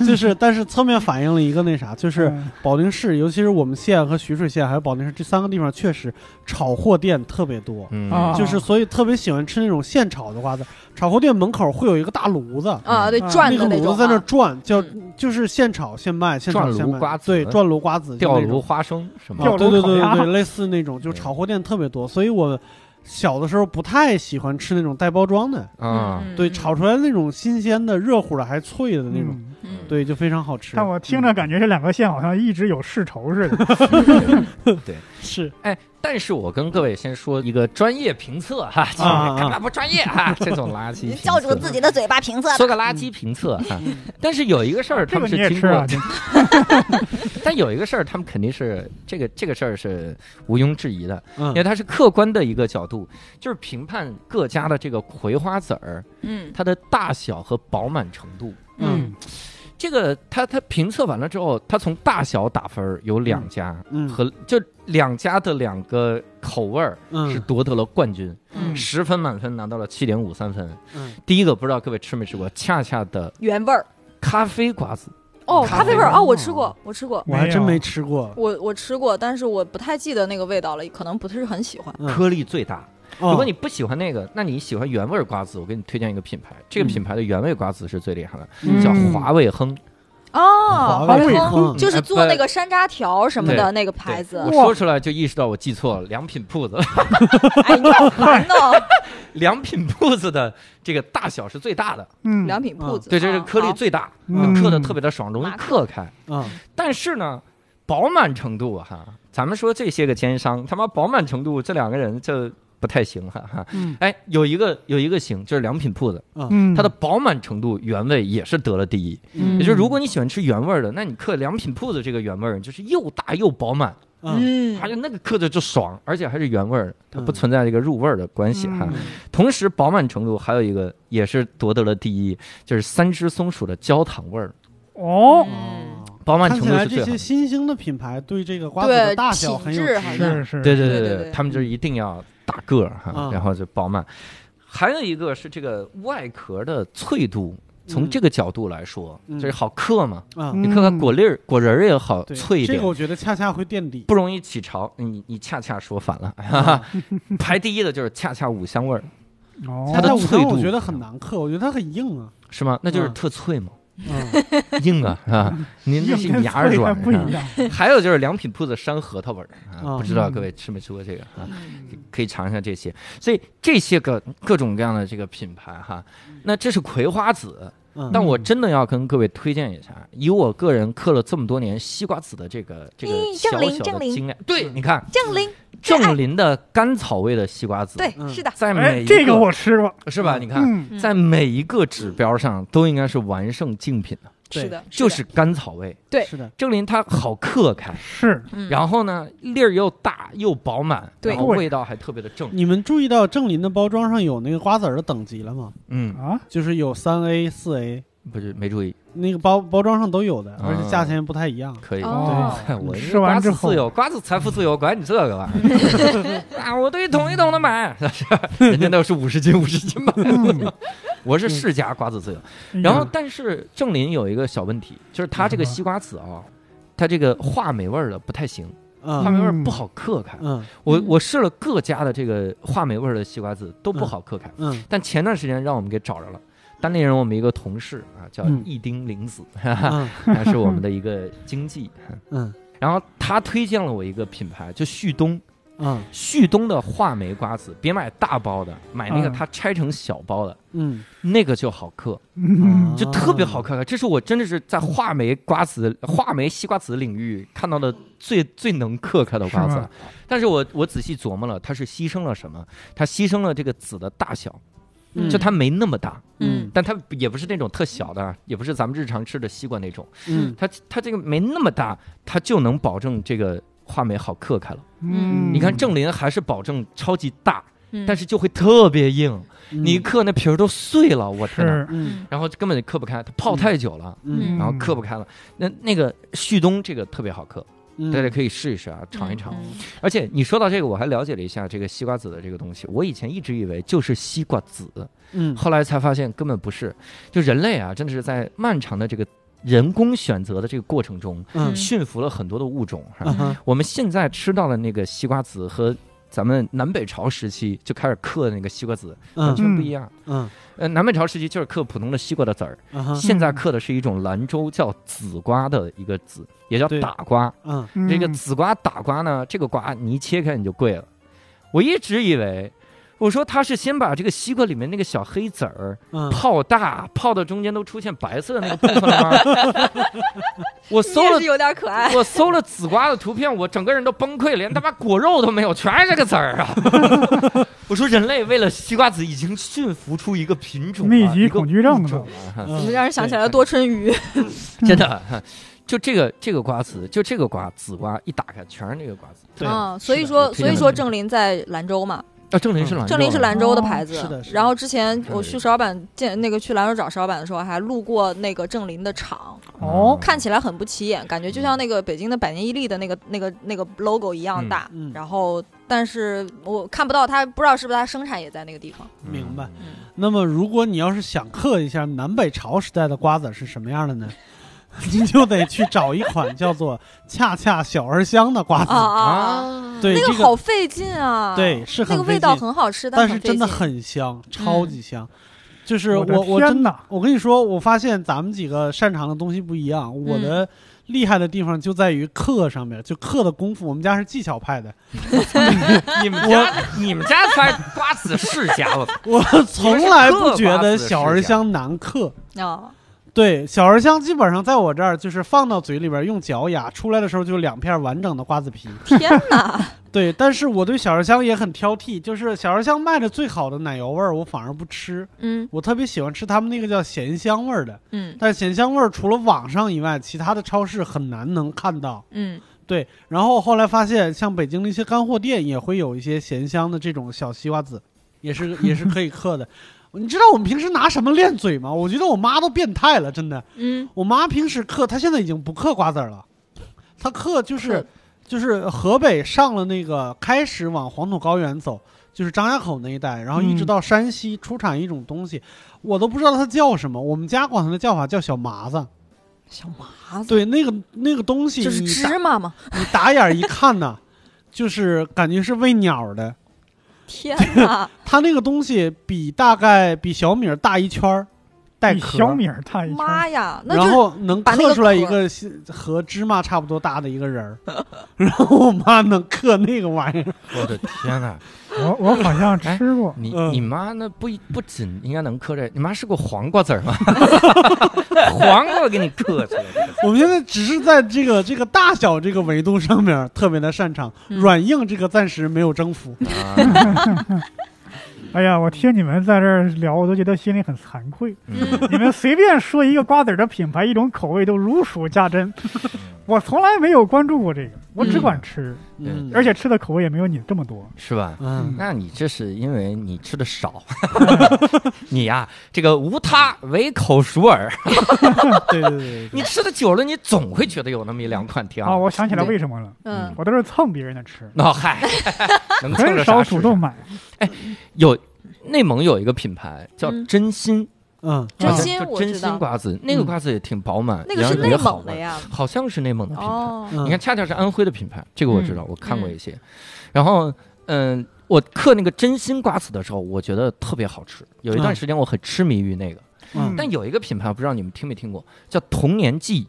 就是，但是侧面反映了一个那啥，就是
嗯
保定市，尤其是我们县和徐水县，还有保定市这三个地方，确实炒货店特别多。
嗯
啊
就是所以特别喜欢吃那种现炒的瓜子。炒货店门口会有一个大炉子，
啊，对，
嗯
转
那
的
个
种
炉
啊，
子在那儿转，叫
嗯
就是现炒现卖，现炒
转
现
炉
卖。
瓜子
对，转炉瓜子，
吊
就那种
炉花生什
啊
么
吊
对
炉
对
烤
对
鸭
对，类似那种，就炒货店特别多。所以我小的时候不太喜欢吃那种带包装的，
啊？
嗯
对，炒，出来那种新鲜的、热乎的还脆的那种，
嗯
嗯，
对，就非常好吃。
但我听着感觉这两个县好像一直有世仇似的。
是
哎，但是我跟各位先说一个专业评测哈，就是
啊
干嘛不专业哈？这种垃圾评
您
测，
叫住自己的嘴巴评测吧。
说个垃圾评测哈。但是有一个事儿
这
他
个
们
你
是
也
经
吃
过，
啊？这
但有一个事儿他们肯定是这个这个事儿是毋庸置疑的，
嗯
因为它是客观的一个角度，就是评判各家的这个葵花籽儿
嗯
它的大小和饱满程度。
嗯
嗯
这个他他评测完了之后，他从大小打分儿有两家、
嗯
和就两家的两个口味儿是
嗯
夺得了冠军，
嗯，
十、分满分拿到了七点五三分。
嗯，
第一个不知道各位吃没吃过，恰恰的
原味儿
咖啡瓜子，
哦，
咖
咖啡味儿
啡
哦，我吃过，我吃过，
我还真
没
没
有
吃过。
我我吃过，但是我不太记得那个味道了，可能不是很喜欢。
嗯
颗粒最大。
如
哦
如果你不喜欢那个，那你喜欢原味
哦
儿瓜子，我给你推荐一个品牌，这个品牌的原味瓜子是最厉害的，
嗯
叫华味亨。
哦，
华
为
为
康
嗯
就是做那个山楂条什么的那个牌子
我，说出来就意识到我记错了，良品铺 子，
哎，你好烦哦，
良品铺子的这个大小是最大的，
嗯，
良品铺子，啊
对，这是颗粒
好
最大，
嗯
刻的特别的爽，容易
马
刻开。
啊，
但是呢，饱满程度啊哈，咱们说这些个奸商，他妈饱满程度，这两个人这不太行哈哈。
嗯
哎，有一个有一个行，就是良品铺子，
嗯，
它的饱满程度原味也是得了第一。
嗯
也就是如果你喜欢吃原味儿的，那你刻良品铺子这个原味儿，就是又大又饱满，
嗯
嗯
而且那个刻着就爽，而且还是原味儿的，它不
嗯
存在这个入味儿的关系哈。
嗯
同时，饱满程度还有一个也是夺得了第一，就是三只松鼠的焦糖味儿，
哦，
嗯，
饱满
看
程
起
度
来
是
这
最好
些
的。
新兴的品牌对这个瓜子
对
的大小
品
很有
质
执
好
念
像
是是，
嗯对对
对
对
对对
他们就是一定要大个儿哈
啊，
然后就饱满。还有一个是这个外壳的脆度，从
嗯
这个角度来说，
嗯
就是好嗑嘛，
啊，
你嗑个
嗯
果粒儿、果仁儿也好
对，
脆一
这
点
个。我觉得恰恰会垫底。
不容易起潮，你你恰恰说反了， 哈哈
啊
排第一的就是恰恰五香味儿，
哦，
它的
恰恰五
脆
香我
度
觉得很难嗑，我觉得它很硬啊。
是吗？那就是
嗯
特脆嘛，
嗯
硬 啊啊！您这是
硬跟
牙
脆
软
还不一
是吧
样，
还有就是良品铺子山核桃味儿啊，
啊
不知道
嗯
各位吃没吃过这个啊？可以尝一下这些。所以这些个各种各样的这个品牌哈，
嗯
那这是葵花籽，
嗯，
但我真的要跟各位推荐一下，以我个人嗑了这么多年西瓜籽的这个这个
嗯
小
降临
小
降
的
临
经验，
嗯
对，你看
降临，最爱
正林的甘草味的西瓜籽，
对，
嗯
是的，
在每
哎，
一
这个我吃过，
是吧？你看，啊
嗯，
嗯
在每一个指标上都应该是完胜竞品的，
对
是的，
就是甘草味。
对
是的，
正林它好嗑开，
是，
嗯
然后呢粒儿又大又饱满，
对
然后味道还特别的正。
你们注意到正林的包装上有那个瓜子儿的等级了吗？
嗯，
啊，
就是有三 A、四 A，
不是没注意，
那个包包装上都有的，
啊
而且价钱不太一样。
可以。
哦
哎我
吃
这
完之
瓜子自由，瓜子财富自由，管你这个吧。
嗯
啊，我都一桶一桶的 买，人家那是五十斤五十斤
嗯
买，我是世家瓜子自由。 然后，但是正林有一个小问题，就是它
嗯
这个西瓜籽啊，它这个话梅味儿的不太行，话
嗯
梅味儿不好嗑开。
嗯
我
嗯
我试了各家的这个话梅味儿的西瓜籽都不好嗑开，
嗯
但前段时间让我们给找着了。单立人，我们一个同事啊，叫
嗯
一丁玲子，哈 哈，
嗯
他是我们的一个经纪。
嗯
然后他推荐了我一个品牌，就旭东，
嗯
旭东的话梅瓜子，别买大包的，买那个
嗯
他拆成小包的，
嗯啊
那个就好嗑。
嗯，
就特别好看。这是我真的是在话 梅瓜子、话梅西瓜子领域看到的最最能嗑开的瓜
是
子
吗。
但是我我仔细琢磨了，它是牺牲了什么？它牺牲了这个籽的大小，
嗯
就它没那么大，
嗯
但它也不是那种特小的，也不是咱们日常吃的西瓜那种。
嗯
它它这个没那么大，它就能保证这个话梅好嗑开了。
嗯，
你看正林还是保证超级大，
嗯
但是就会特别硬，
嗯
你一嗑那皮儿都碎了，我天哪！
是，
嗯
然后根本就嗑不开，它泡太久了。
嗯
然后嗑不开了。那那个旭东这个特别好嗑，
嗯
大家可以试一试啊，尝一尝。
嗯
而且你说到这个，我还了解了一下这个西瓜籽的这个东西。我以前一直以为就是西瓜籽，
嗯
后来才发现根本不是。就人类啊，真的是在漫长的这个人工选择的这个过程中，
嗯
驯服了很多的物种。哈
嗯哼
我们现在吃到的那个西瓜籽和咱们南北朝时期就开始嗑的那个西瓜籽完
嗯
全不一样。
嗯
呃，南北朝时期就是嗑普通的西瓜的籽儿，
嗯哼
现在刻的是一种兰州叫紫瓜的一个紫，也叫
对
打瓜。
嗯
这个紫瓜打瓜呢，这个瓜你一切开你就贵了。我一直以为，我说他是先把这个西瓜里面那个小黑籽儿
嗯
泡大，泡到中间都出现白色的那个部分了吗？ 我
你
搜
也
了
是。有点可爱，
我搜了紫瓜的图片，我整个人都崩溃，连他妈果肉都没有，全是这个籽儿啊！ 我说人类为了西瓜籽已经驯服出一个品种了，啊
密集
一个
恐惧症
物
了
种啊了哈
嗯
让人想起来了多春鱼，
嗯
真的， 就这个这个瓜子，就这个瓜紫瓜一打开全是这个瓜子。
对
哦
嗯，所以说
是的
所以说正林在兰州嘛，
啊，正林是兰州的，
正林是兰州的牌子，
哦是的是的
然后之前
对
我去石老板见那个去兰州找石老板的时候，还路过那个正林的厂，嗯
哦
看起来很不起眼，感觉就像那个北京的百年伊利的那个那个那个 logo 一样大。
嗯嗯嗯
然后，但是我看不到它，不知道是不是它生产也在那个地方。
嗯
明白。
嗯，
那么，如果你要是想刻一下南北朝时代的瓜子是什么样的呢？ 你就得去找一款叫做“恰恰小儿香”的瓜子
啊。
哦
啊啊！
啊，
对，
那
这
个
个
好费劲啊！
对，是
那
很
个
费
味道
劲，
很好吃，嗯
但
是
是真的
费劲
很香，超级香。就是
我的
我我
天
真
哪！
我跟你说，我发现咱们几个擅长的东西不一样。
嗯
我的厉害的地方就在于课上面，就课的功夫。我们家是技巧派的，
你们家你们家才瓜子世家， 我操
我从来不
你们是
觉
课吧
得小儿香难嗑。
啊，
对，小儿香基本上在我这儿就是放到嘴里边用嚼牙，出来的时候就两片完整的瓜子皮。
天 哪！
对，但是我对小儿香也很挑剔，就是小儿香卖的最好的奶油味儿，我反而不吃。
嗯
我特别喜欢吃他们那个叫咸香味儿的，
嗯
但是咸香味儿除了网上以外，其他的超市很难能看到。
嗯
对，然后后来发现，像北京的一些干货店也会有一些咸香的这种小西瓜子，也是也是可以嗑的。 你知道我们平时拿什么练嘴吗？我觉得我妈都变态了，真的。
嗯，
我妈平时嗑，她现在已经不嗑瓜子儿了，她嗑就是
嗑
就是河北上了那个开始往黄土高原走，就是张家口那一带，然后一直
嗯
到山西出产一种东西，我都不知道它叫什么，我们家管它的叫法叫小麻子。
小麻子
对，那个那个东西，
就是
你打
芝麻嘛，
你打眼儿一看呐，就是感觉是喂鸟儿的。
天 哪！
它那个东西比大概比小米儿大一圈儿，带
比
壳
小
儿，
米儿大一圈儿，
妈呀，那
哎然
就
后能
把那个
刻出来
壳
一个西和芝麻差不多大的一个人儿。然后我妈能刻那个玩意儿，
我的天哪！
我我好像吃过，
你
嗯
你妈那不不仅应该能嗑这，你妈是过黄瓜籽 儿吗？黄瓜给你嗑出来这个。
我们现在只是在这个这个大小这个维度上面儿特别的擅长，
嗯
软硬这个暂时没有征服。
啊
哎呀，我听你们在这儿聊，我都觉得心里很惭愧。
嗯
你们随便说一个瓜子儿的品牌、一种口味，都如数家珍。我从来没有关注过这个，我只管吃，
嗯
嗯，
而且吃的口味也没有你这么多。
是吧？
嗯，
那你这是因为你吃的 少，你呀、这个无他唯口熟 耳，
对对对
你
对，
吃的久了，你总会觉得有那么一两款挺
啊，
好。
我想起来为什么了，
嗯
我都是蹭别人 的吃，
那、哦 嗨，能嗯蹭
很
着啥
少
吃
主动买。
有内蒙有一个品牌叫
嗯
真心，
嗯，
真
好像
心
就
我
真
知
心
道，
瓜子，那个
嗯
瓜子也挺饱满，
那个
然
是
后也
内
好
蒙的
玩，
呀。
好像是内蒙的品牌。
哦，
嗯
你看，恰恰是安徽的品牌，这个我知
嗯
道，我看过一些。然后，嗯，我嗑那个真心瓜子的时候，我觉得特别好吃。有一段
嗯
时间我很痴迷于那个，
嗯
但有一个品牌，我不知道你们听没听过，叫童年记，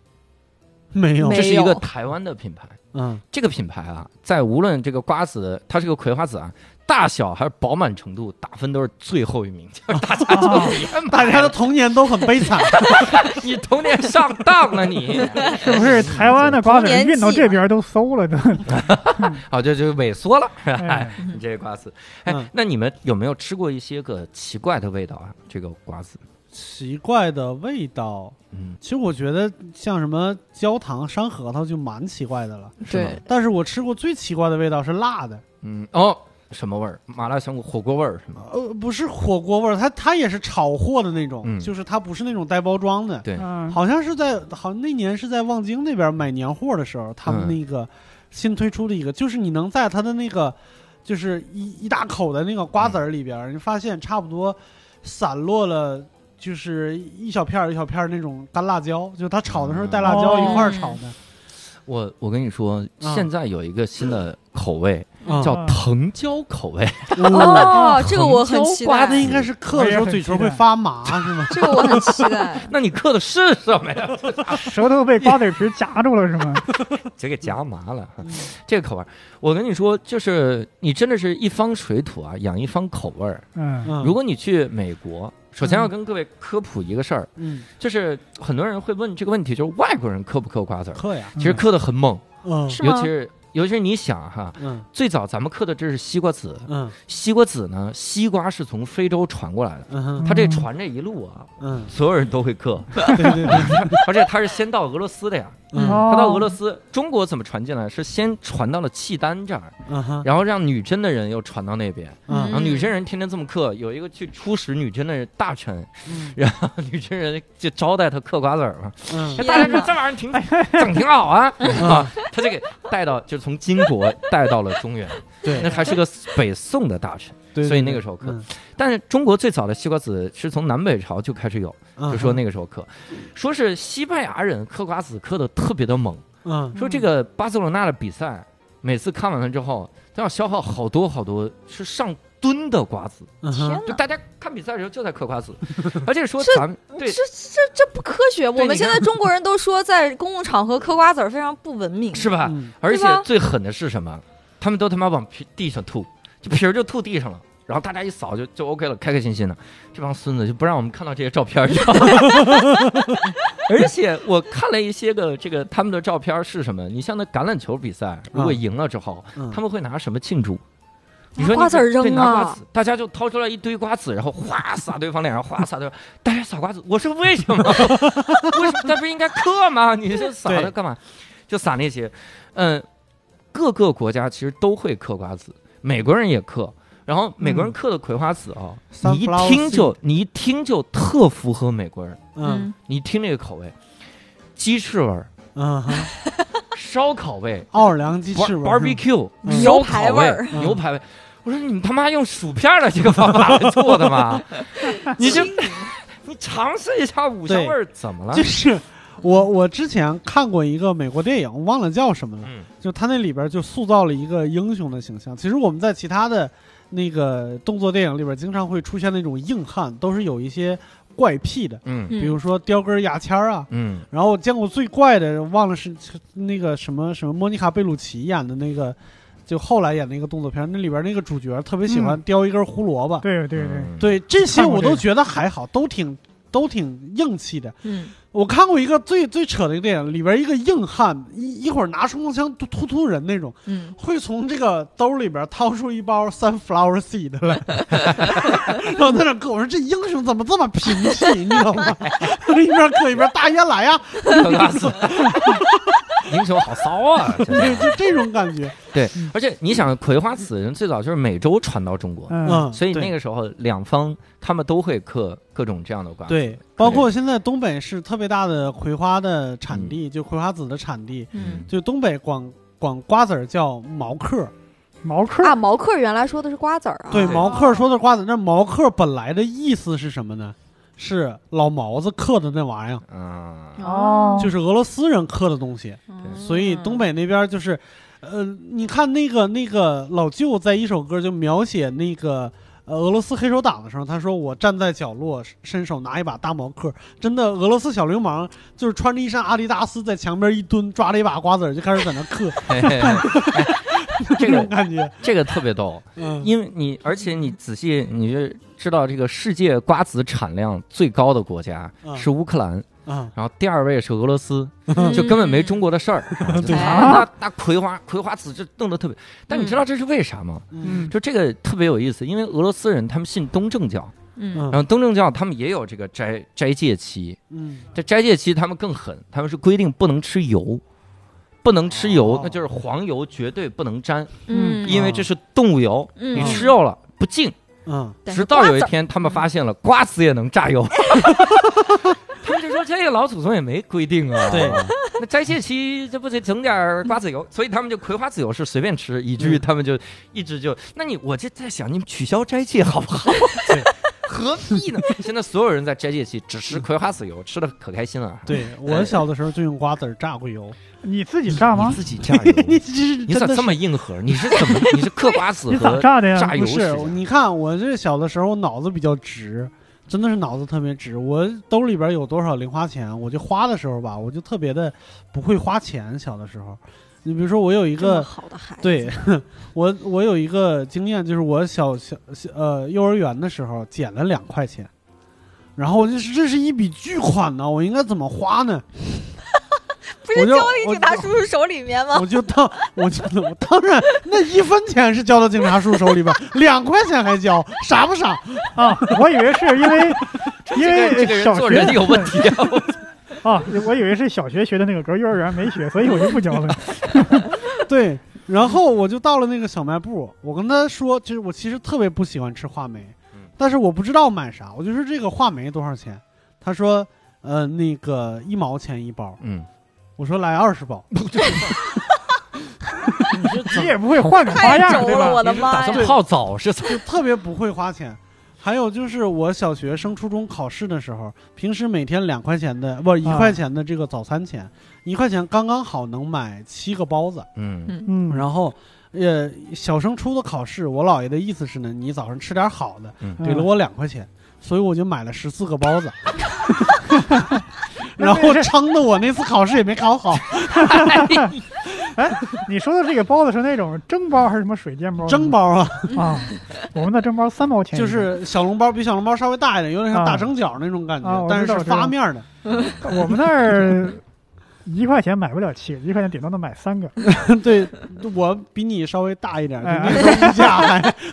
没有
没，
这是一
有
个台湾的品牌。
嗯
这个品牌啊，在无论这个瓜子，它是个葵花籽啊，大小还是饱满程度，打分都是最后一名， 就是大家就
啊
别买
大家的
了
童年都很悲惨。
你童年上当了你。
是不
嗯
是台湾的瓜子儿运到这边都馊了都？
好，就就萎缩了，是吧？
哎
你这个瓜子，哎，
嗯
那你们有没有吃过一些个奇怪的味道啊？这个瓜子，
奇怪的味道。
嗯，
其实我觉得像什么焦糖、山核桃就蛮奇怪的了。
是吗
对，
但是我吃过最奇怪的味道是辣的，
嗯，哦，什么味儿？麻辣香锅火锅味儿是吗？
呃，不是火锅味儿，它它也是炒货的那种，
嗯
就是它不是那种带包装的。
对
嗯，
好像是在好像那年是在望京那边买年货的时候，他们
嗯
那个新推出的一个，就是你能在它的那个就是一一大口的那个瓜子儿里边儿，你发现差不多散落了。就是一小片儿一小片儿那种干辣椒，就它炒的时候带辣椒
哦
一块儿炒的，
我我跟你说，
嗯
现在有一个新的口味
嗯
叫藤椒口味，
哦，这个哦我很期
瓜
待
子。
那，应该是嗑的时候嘴唇会发麻是吗？
这个我很期待
那你嗑的是什么呀？
舌头被瓜子皮夹住了是吗？
直接给夹麻了。
嗯
这个口味儿，我跟你说，就是你真的是一方水土啊，养一方口味儿。
嗯，
嗯
如果你去美国，首先要跟各位科普一个事儿，
嗯
就是很多人会问这个问题，就是外国人嗑不嗑瓜子儿？
嗑嗯呀，
其实嗑的很猛，
嗯
是
尤
吗
其？是尤其是你想哈，
嗯
最早咱们嗑的这是西瓜籽，
嗯
西瓜籽呢，西瓜是从非洲传过来的，
嗯哼
它这传这一路啊，
嗯，
所有人都会嗑，
对对对，
而且它是先到俄罗斯的呀，
嗯
哦
它到俄罗斯，中国怎么传进来？是先传到了契丹这儿，
嗯哼
然后让女真的人又传到那边，然
嗯
后女真人天天这么嗑，有一个去出使女真的大臣，
嗯
然后女真人就招待他嗑瓜子儿嘛，
嗯
哎大臣说这玩意儿挺整挺好啊，啊，他就给带到，就从金国带到了中原，
对
那还是个北宋的大臣。
对，嗯
所以那个时候嗑但是中国最早的西瓜子是从南北朝就开始有，就
嗯
说那个时候嗑，说是西班牙人嗑瓜子嗑的特别的猛，
嗯
说这个巴塞罗那的比赛每次看完了之后都要消耗好多好多，是上吨的瓜子。
嗯
天
哼，
就
哪，
大家看比赛的时候就在嗑 瓜子，而且说
这
咱们对
这这这不科学。我们现在中国人都说在公共场合嗑瓜子儿非常不文明，
是吧？
嗯
而且
对吧
最狠的是什么？他们都他妈往皮地上吐，就皮儿就吐地上了。然后大家一扫就就 OK 了，开开心心的。这帮孙子就不让我们看到这些照片儿，你知 道吗而且我看了一些个这个他们的照片儿是什么？你像那橄榄球比赛，如果
啊
赢了之后，
嗯
他们会拿什么庆祝？你
拿
说你
瓜子儿
对
扔
拿瓜
啊
子，大家就掏出来一堆瓜子，然后哗撒对方脸上，哗撒 对方，大家撒瓜子，我说为什么？ 为什么？那不是应该嗑吗？你这撒它
对
干嘛？就撒那些，嗯，各个国家其实都会嗑瓜子，美国人也嗑，然后美国人
嗯
嗑的葵花籽啊、
Sunflower
你一听就你一听就特符合美国人，
嗯
你一听这个口味，鸡翅味儿、
嗯哼，
烧烤味、
奥尔良鸡翅
bar
吧
barbecue、
嗯
烧烤
牛排味儿嗯
牛排味。我说你们他妈用薯片儿的这个方法来做的 吗？你就 你尝试一下五香味儿怎么了？
就是我我之前看过一个美国电影，我忘了叫什么了，
嗯
就他那里边就塑造了一个英雄的形象。其实我们在其他的那个动作电影里边，经常会出现那种硬汉，都是有一些怪癖的，
嗯
嗯
比如说叼根牙签儿啊。
嗯
然后我见过最怪的，忘了是那个什么什么莫妮卡贝鲁奇演的那个，就后来演那个动作片，那里边那个主角特别喜欢
嗯
叼一根胡萝卜。
对对
嗯
对，
对这些
看过
我
这
都
个
觉得还好，都挺都挺硬气的。
嗯，
我看过一个最最扯的一个电影，里边一个硬汉一一会儿拿冲锋枪突突突人那种，
嗯
会从这个兜里边掏出一包 sunflower seed 来， 然后在那嗑。我说这英雄怎么这么贫气，你知道吗？ 一边嗑一边大爷来啊呀，
嗑瓜 子，英雄好骚啊！真的
对，就这种感觉。
而且你想，葵花籽人最早就是美洲传到中国，
嗯
嗯，
所以
对
那个时候两方他们都会嗑各种这样的瓜子。
对，包括现在东北是特别大的葵花的
嗯
产地，就葵花籽的产地，
嗯
就东北管管瓜子儿叫毛嗑，
毛嗑
啊，毛嗑原来说的是瓜子儿啊，
对，
对
毛嗑说的瓜子，那毛嗑本来的意思是什么呢？是老毛子嗑的那玩意儿，
嗯，
哦
就是俄罗斯人嗑的东西，
嗯
所以东北那边就是，呃，你看那个那个老舅在一首歌就描写那个。呃俄罗斯黑手党的时候，他说：“我站在角落，伸手拿一把大毛嗑。”真的，俄罗斯小流氓就是穿着一身阿迪达斯，在墙边一蹲，抓了一把瓜子儿，就开始在那嗑，
嘿嘿嘿哎这
这种
个
感觉。
这个特别逗，
嗯，
因为你而且你仔细你就知道，这个世界瓜子产量最高的国家
嗯
是乌克兰，
啊，
然后第二位是俄罗斯，
嗯
就根本没中国的事儿。
嗯 对
啊，那那葵花葵花籽就弄得特别，但你知道这是为啥吗？
嗯
就这个特别有意思，因为俄罗斯人他们信东正教，
嗯
然
嗯
后东正教他们也有这个斋斋戒期，
嗯，
这斋戒期他们更狠，他们是规定不能吃油。不能吃油，
哦
那就是黄油绝对不能沾，
嗯，
因为这是动物油，
嗯
你吃肉了不敬。
嗯，
但是
直到有一
瓜子儿嗯
天，他们发现了瓜子也能 榨油，他们就说这个老祖宗也没规定啊。
对，
那斋戒期这不得整点儿瓜子油？所以他们就葵花籽油是随便吃，以至于他们就一直就……那你我就在想，你们取消斋戒好不好？对， 何必呢？现在所有人在斋戒期只吃葵花籽油，吃的可开心了啊。
对我小的时候就用瓜子儿榨过油。
你自己炸吗
你？自己榨油，
你这
你咋这么硬核？你是怎么？你是嗑瓜子
你咋
和
炸的呀？
榨油
不
吃的
是？你看我这小的时候脑子比较直，真的是脑子特别直。我兜里边有多少零花钱，我就花的时候吧，我就特别的不会花钱。小的时候，你比如说我有一
这么
个。
好的孩子，
对， 我我有一个经验，就是我小小小呃幼儿园的时候捡了两块钱，然后我就是这是一笔巨款呢，我应该怎么花呢？
不是
我就
交给
我
警察
就
叔叔手里面吗？
我就当我就我当然那一分钱是交到警察叔手里边，两块钱还交，傻不傻？
啊，我以为是因为因
这个这
为
个人
小
做
学
人有问题啊！
啊，我以为是小学学的那个歌，幼儿园没学，所以我就不教了。
对，然后我就到了那个小卖部，我跟他说，就是我其实特别不喜欢吃话梅
嗯，
但是我不知道买啥，我就说这个话梅多少钱？他说，呃，那个一毛钱一包。
嗯，
我说来二十包，
你也不会换个花
太
样，
轴
对
了，
吧？
我的
打
妈
算
呀！
泡澡是咋？
就特别不会花钱。还有就是我小学升初中考试的时候，平时每天两块钱的不一
啊
块钱的这个早餐钱，一块钱刚刚好能买七个包子。
嗯
嗯，
然后，呃，小升初的考试，我姥爷的意思是呢，你早上吃点好的，
嗯
给了
嗯
我两块钱，所以我就买了十四个包 子。然后撑的我那次考试也没考好，
哦你说的这个包子是那种蒸包还是什么水煎包？
蒸包啊，
啊，我们的蒸包三毛钱一
就
个，
是小笼包比小笼包稍微大一点，有点像
啊
大蒸饺那种感
啊
觉，
我
但
知道
是
我
是
知道
发面 的。
我们那儿一块钱买不了七个，一块钱顶多能买三个。
对我比你稍微大一点，就
哎
那时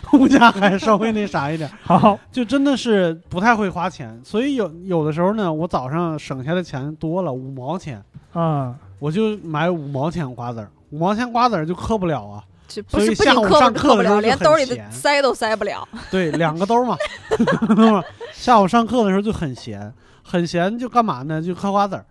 候物价还物价还稍微那啥一点，
好，
就真的是不太会花钱，所以有有的时候呢，我早上省下的钱多了五毛钱，
啊，
我就买五毛钱瓜子儿，五毛钱瓜子儿就嗑不了啊，
这不
所以
是不仅
下午
嗑
上
不
课
嗑不
的时候
了，
就
连
很
兜里的
闲哦
塞都塞不了。
对，两个兜儿嘛， 那么下午上课的时候就很闲，很闲就干嘛呢？就嗑瓜子儿，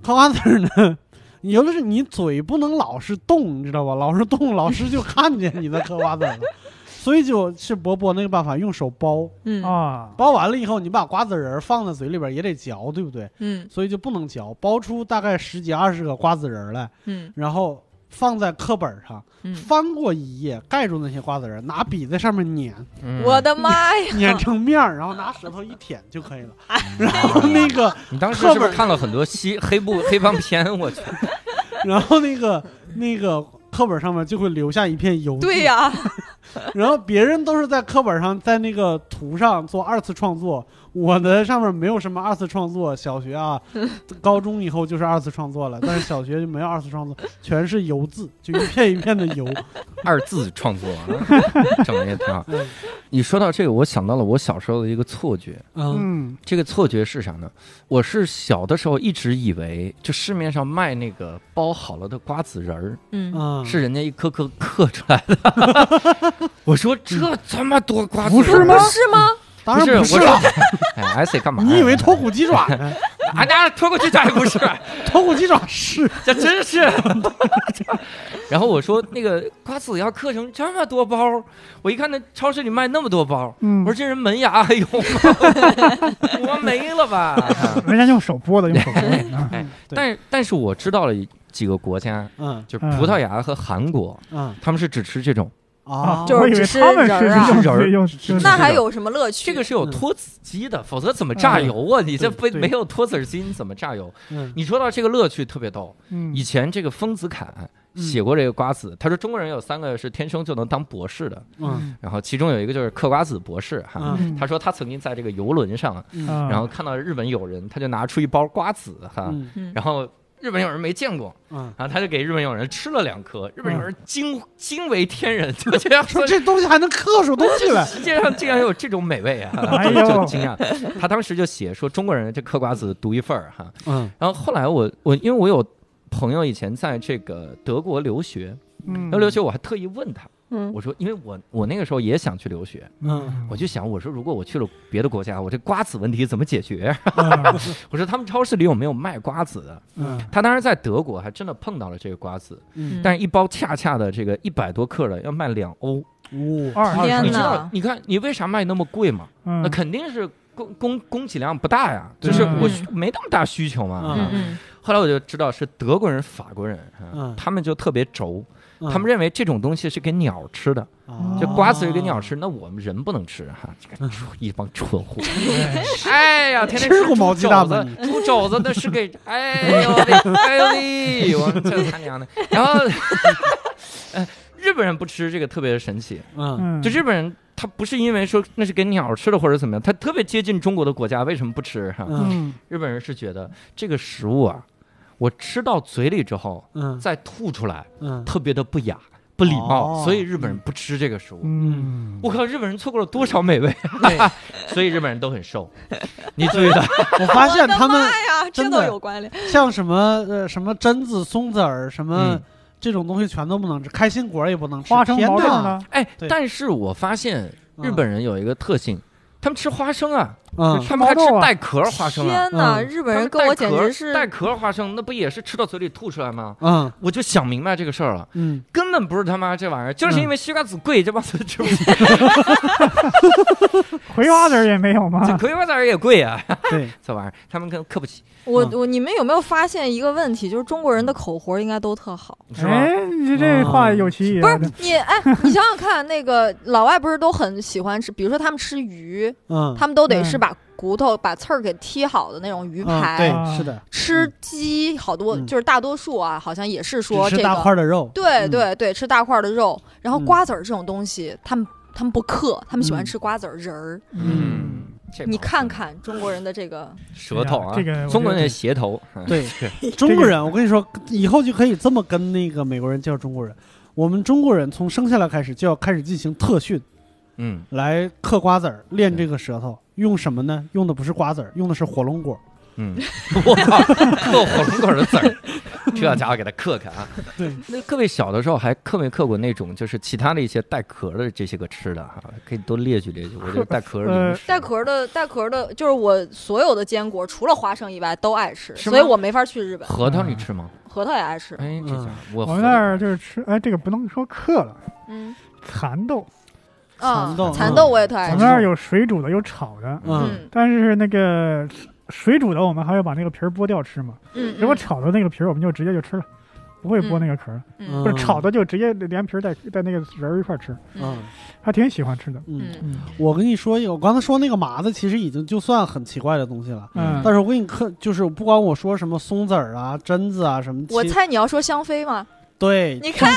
嗑瓜子儿呢。 有的是你嘴不能老是动，你知道吧？老是动，老师就看见你在嗑瓜子儿了，所以就是伯伯那个办法，用手剥，
嗯
啊，
剥完了以后，你把瓜子仁儿放在嘴里边儿也得嚼，对不对？
嗯
所以就不能嚼，剥出大概十几二十个瓜子仁儿来，
嗯
然后放在课本儿上，
嗯，
翻过一页，盖住那些瓜子仁儿，拿笔在上面碾，
嗯
我的妈呀！
碾成面儿，然后拿舌头一舔就可以了。
哎
然后那个，
你当时是不是看了很多西黑布黑帮片？我去，
然后那个那个课本上面就会留下一片油迹。
对、呀、
然后别人都是在课本上，在那个图上做二次创作，我的上面没有什么二次创作。小 学啊，高中以后就是二次创作了，但是小学就没有二次创作，全是油渍，就一片一片的油。
二字创作，啊整的也挺好
嗯。
你说到这个，我想到了我小时候的一个错觉，
嗯
嗯，
这个错觉是啥呢？我是小的时候一直以为，就市面上卖那个包好了的瓜子仁儿，
嗯，
嗯，
是人家一颗颗刻出来的。 我说这他妈多瓜子
不
仁儿
是吗
不？是吗？
当然
不
不
是
是
我
了。
哎，S 干嘛呀？
你以为脱骨鸡 爪呢？
啊？那拖过去咋也不是，
脱骨鸡爪是
这真是。然后我说那个瓜子要刻成这么多包儿，我一看那超市里卖那么多包儿，
嗯
我说，这人门牙还有吗？ 我没了吧？
人家用手剥的，用手剥的啊
哎，但但是我知道了几个国家，
嗯
就葡萄牙和韩国，
嗯
他们是只吃这种，
啊，
哦就是
我以为他们
只是人儿啊
是
是人儿
用用就是
那还有什么乐趣？
这个是有脱籽机的，否则怎么榨油啊？你这不
嗯对对
没有脱籽机，你怎么榨油？
嗯
你说到这个乐趣特别逗，
嗯
以前这个丰子恺
嗯
写过这个瓜子，他说中国人有三个是天生就能当博士的，
嗯
然后其中有一个就是嗑瓜子博士哈。
嗯
啊他说他曾经在这个游轮上，
嗯
啊
然后看到日本友人，他就拿出一包瓜子哈，
嗯
嗯
然后日本友人没见过，啊
嗯，
然后他就给日本友人吃了两颗，日本友人惊惊为天人，就觉得说
说这东西还能刻出东西来。
世界上竟然有这种美味啊，
哎
就
呦
就惊讶。他当时就写说中国人这嗑瓜子独一份儿哈，
嗯
然后后来我我因为我有朋友以前在这个德国留学，
嗯
要留学我还特意问他，
嗯
我说因为我我那个时候也想去留学，
嗯
我就想我说如果我去了别的国家，我这瓜子问题怎么解决？
啊
我说他们超市里有没有卖瓜子的？
嗯
他当时在德国还真的碰到了这个瓜子，
嗯，
但是一包恰恰的这个一百多克的要卖两欧，
五
二
天
二
你
十
知
哪
道？你看你为啥卖那么贵吗？ 那
嗯，
肯定是供供供给量不大呀，就是
嗯
我需没那么大需求嘛。
嗯
嗯
后来我就知道是德国人、法国人，
嗯
他们就特别轴，他们认为这种东西是给鸟吃的，
啊
就瓜子
哦
是给鸟吃，那我们人不能吃哈，这个蠢一帮蠢 货。 哎呀，天天
嗯吃
猪
过毛鸡蛋
肘
吗
子，猪肘子那是给，哎呦喂，哎呦喂，我这他娘的。然后，呃日本人不吃这个特别神奇，
嗯
嗯
就日本人他不是因为说那是给鸟吃的或者怎么样，他特别接近中国的国家，为什么不吃哈？
嗯
嗯
日本人是觉得这个食物啊，我吃到嘴里之后
嗯
再吐出来，
嗯，
特别的不雅、不礼貌，
哦
所以日本人不吃这个食物。
嗯，
我靠，日本人错过了多少美味， 所以日本人都很瘦。你注意到
我发现他
我的
们
妈呀，这
真
都
的
有关联。
像什么呃什么榛子、松子儿什么
嗯。
这种东西全都不能吃，开心果也不能吃。
花生
天啊
毛豆
哪？
呢？
哎，
对
嗯但是我发现日本人有一个特性，他们吃花生啊，
嗯
吃
他们还吃
毛豆啊
带壳儿花生啊，
天哪，
嗯
日
他们
本人跟我
带
简
壳儿
直是
带壳儿花生，那不也是吃到嘴里吐出来吗？
嗯
我就想明白这个事儿了，
嗯，
根本不是他妈这玩意儿，就是因为西瓜籽贵，这帮子吃不 起。
葵花籽儿也没有吗？
这葵花籽儿也贵啊，
对，
这玩意儿他们跟磕不起，
我
嗯
我你们有没有发现一个问题？就是中国人的口活应该都特好。
是嗯吗？
哎，你这话有歧义
不
啊！
是你哎，你想想看，那个老外不是都很喜欢吃，比如说他们吃鱼，
嗯，
他们都得
嗯
是把骨头、把刺儿给剔好的那种鱼
嗯
排。
对，是的，
吃鸡好多
嗯
就是大多数啊，好像也是说
只
这
吃大
个
块的肉，
对
嗯
对对，吃大块儿的肉，然后
嗯
瓜子儿这种东西，他们他们不嗑，他们喜欢
嗯
吃瓜子儿仁儿。
嗯，这
你
不好
看看中国人的这个，
舌头啊，
这个我觉得
中国人的鞋头，嗯
对， 中国人，我跟你说，以后就可以这么跟那个美国人叫中国人。我们中国人从生下来开始就要开始进行特训，
嗯，
来嗑瓜子儿，练这个舌头。用什么呢？用的不是瓜子儿，用的是火龙果。
嗯， 我靠，嗑火龙果的籽儿，这家伙给他嗑嗑啊！
对，
那各位小的时候还嗑没嗑过那种，就是其他的一些带壳的这些个吃的哈，可以多列举列举。我觉得带壳儿
呃
零食
带壳儿的带壳儿的，就是我所有的坚果除了花生以外都爱吃，
是
所以
吗
我没法去日本。
核桃你吃吗？
核桃也爱吃，
哎，这家伙我
我
核
们
桃
那儿就是吃，哎，这个不能说嗑了，
嗯
蚕豆。
啊
蚕豆，
蚕豆我也特
我
爱
们
吃
那，儿有啊水煮的，有炒的，
嗯
嗯
但是那个水煮的我们还要把那个皮儿剥掉吃嘛。
嗯，
如果炒的那个皮儿，我们就直接就吃了，不会剥那个壳儿。
嗯
不是炒的就直接连皮儿带带那个仁儿一块儿吃，
嗯
嗯
还挺喜欢吃的。
嗯，
嗯
嗯
我跟你说一个，我刚才说那个麻子，其实已经就算很奇怪的东西了。
嗯
嗯，
但是我跟你嗑，就是不管我说什么松子儿啊、榛子啊什么，
我
其
猜你要说香妃吗？
对
你看，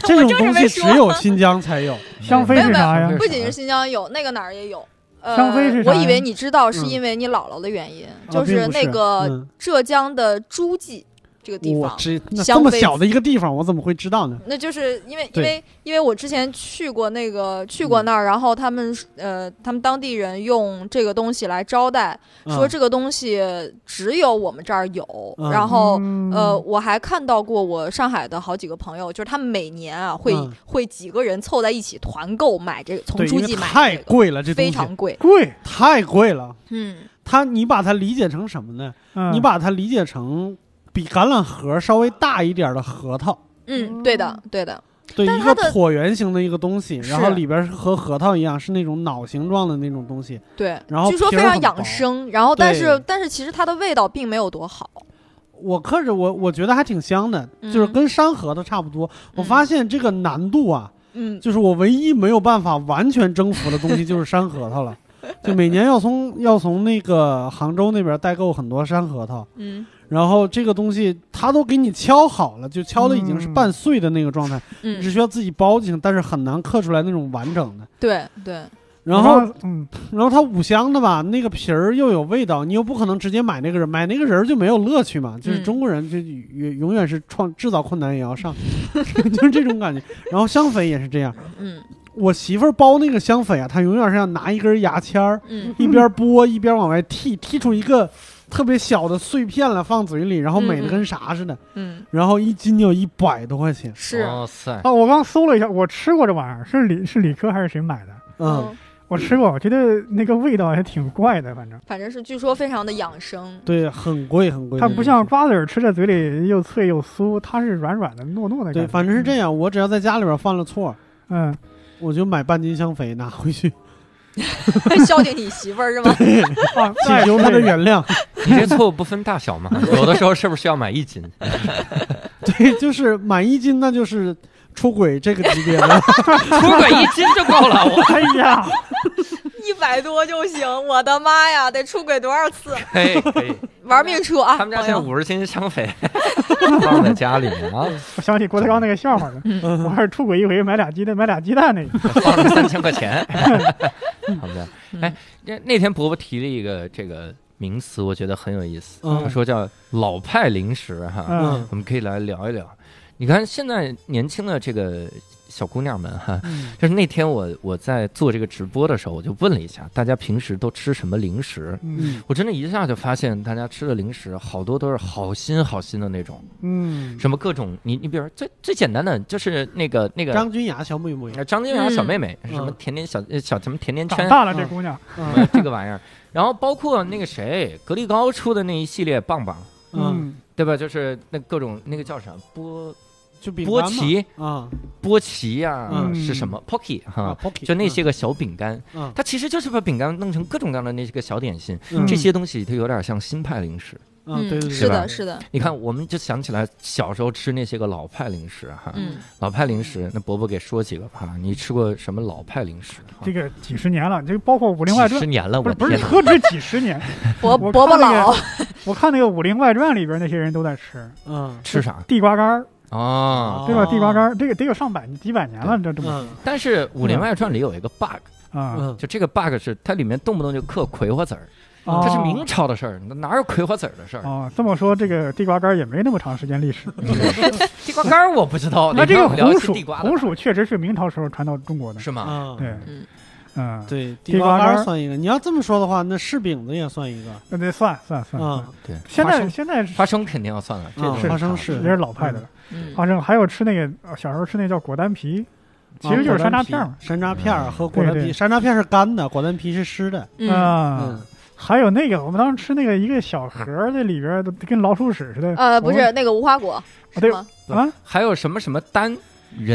这种东
我
西
就是
只
没说
有新疆 才有。
嗯
香妃是啥呀
没有没有
不仅是新疆有，那个哪儿也有。呃
香妃是啥
我
呀
以为你知道是
嗯
因为你姥姥的原因，就
啊并不
那个
嗯
浙江的诸暨这个呃地
我
方，
这那
香
这么
妃
小的一个地方，我怎么会知道呢？
那就是因为因
对嗯
为因为我之前去过那个去过那儿，然后他们呃他们当地人用这个东西来招待，
嗯
说这个东西只有我们这儿有，
嗯
然后。
嗯
呃，，我还看到过我上海的好几个朋友，就是他们每年啊会、
嗯
会几个人凑在一起团购买这个，从
对，因
诸
为
暨买
太
这个，
贵了，这东
非
西
常贵。
贵，
太贵了。
嗯，
它你把它理解成什么呢？
嗯
你把它理解成比橄榄核稍微大一点的核桃，
嗯，对的，对的，
对，
但
一
是
个
它的
椭圆形的一个东西，
是
然后里边是和核桃一样，是那种脑形状的那种东西。
对。
然后
据说
皮
非
儿
常
很薄
养生，然后但是
对
但是其实它的味道并没有多好。
我嗑着我我觉得还挺香的，
嗯
就是跟山核桃差不多。我发现这个难度啊，
嗯，
就是我唯一没有办法完全征服的东西就是山核桃了。 就每年要从要从那个杭州那边代购很多山核桃，
嗯
然后这个东西它都给你敲好了，就敲的已经是半碎的那个状态，你只
嗯，
需要自己包就行，但是很难刻出来那种完整的。
对对，
然后，
嗯，
然后它五香的吧，那个皮儿又有味道，你又不可能直接买那个人，买那个人儿就没有乐趣嘛。就是
嗯
中国人就永永远是创制造困难也要上， 就是这种感觉。然后香粉也是这样，
嗯
我媳妇儿包那个香粉啊，她永远是要拿一根牙签儿，
嗯
一边剥一边往外剔，剔出一个特别小的碎片来放嘴里，然后美的跟啥似的。
嗯，
然后一斤就一百多块钱，
是，
哇塞，
啊，我刚搜了一下，我吃过这玩意儿，是李是李科还是谁买的？
嗯，，
我吃过，我觉得那个味道还挺怪的，反正
反正是据说非常的养生。
对，很贵很贵。
它
很
不
贵
像瓜子儿吃在嘴里又脆又酥，它是软软的、糯糯的感觉。
对，反正是这样。我只要在家里边犯了错，
嗯，
我就买半斤香肥拿回去，
孝敬你媳妇儿是吗？
啊，
请求他的原谅。
你这错误不分大小吗？有的时候是不是要买一斤？
对，就是满一斤，那就是出轨这个级别的。
出轨一斤就够了，我
哎呀，
一百多就行，我的妈呀，得出轨多少次？
可以可以。
玩命出啊！
他们家
朋
现在
友
五十斤香 肥放在家里面啊，
我想起郭德纲那个笑话了，
嗯
我还是出轨一回买俩鸡蛋，买俩鸡蛋那 个。
放了三千块钱。好的，
嗯
哎，那那天伯伯提了一个这个名词，我觉得很有意思，
嗯
他说叫老派零食哈，
嗯
我们可以来聊一聊。你看现在年轻的这个小姑娘们哈，
嗯
就是那天我我在做这个直播的时候，我就问了一下大家平时都吃什么零食，
嗯
我真的一下就发现大家吃的零食好多都是好新好新的那种，
嗯，
什么各种你你比如说最最简单的就是那个那个
张君雅小妹妹，
呃张金元小妹妹、
嗯
什么甜甜小呃小什么甜甜
长
圈
大了这姑娘，
嗯
这个玩意儿，然后包括那个谁格力高出的那一系列棒棒，
嗯，
嗯，
对吧？就是那各种那个叫啥波
就比
波奇
啊
波奇呀、
嗯哦
是什么 Pocky 哈、
啊，Pocky，
就那些个小饼干，
嗯嗯
它其实就是把饼干弄成各种各样的那些个小点心，
嗯
这些东西它有点像新派零食。
嗯对对对，
是
吧
的，是的，
你看，我们就想起来小时候吃那些个老派零食哈，
嗯，
老派零食，那伯伯给说几个哈，你吃过什么老派零食？哈
这个几十年了，这个包括《武林外
啊几
传
十》，年了，
不
我
是不是
天哪！
何止几十年，
伯
我
伯伯
看那个
老，
我看那个《武林外传》里边那些人都在吃
嗯
吃啥
地瓜干儿，
啊？
对吧？
哦
地瓜干儿这个得有上百几百年了，这这么
嗯
但是《武林外传》里有一个 bug，
啊，
嗯，
就这个 bug 是它里面动不动就刻葵花籽儿，
它
它是明朝的事儿，哪有葵花籽儿的事儿？
哦，这么说，这个地瓜干儿也没那么长时间 历史。
嗯地瓜干儿我不知道，
那这个
哪有聊
红
起
薯
地，瓜的
红薯确实是明朝时候传到中国的。
是吗？
啊
对，
嗯
嗯，
对，地
地瓜
瓜
干儿
干算一个。你要这么说的话，那柿饼子也算一个
那得算算算。算
啊。
对，
现
花
在
生
现在
花嗯生肯定要算了，这
啊
个
花生是
也是老派的了
啊
嗯
花生，还有吃那个呃小时候吃那叫果丹皮，其实
啊
就是山楂片儿嘛。嗯
山楂片儿和啊果
对
丹
对
皮，山楂片儿是干的，果丹皮是湿的。
嗯，
啊
嗯，，
还有那个我们当时吃那个一个小盒儿，
嗯
那里边儿都跟老鼠屎似的。
呃，不
我
是那个无花
哦
果，
啊对
是吗
不
啊，
还有什么什么丹
这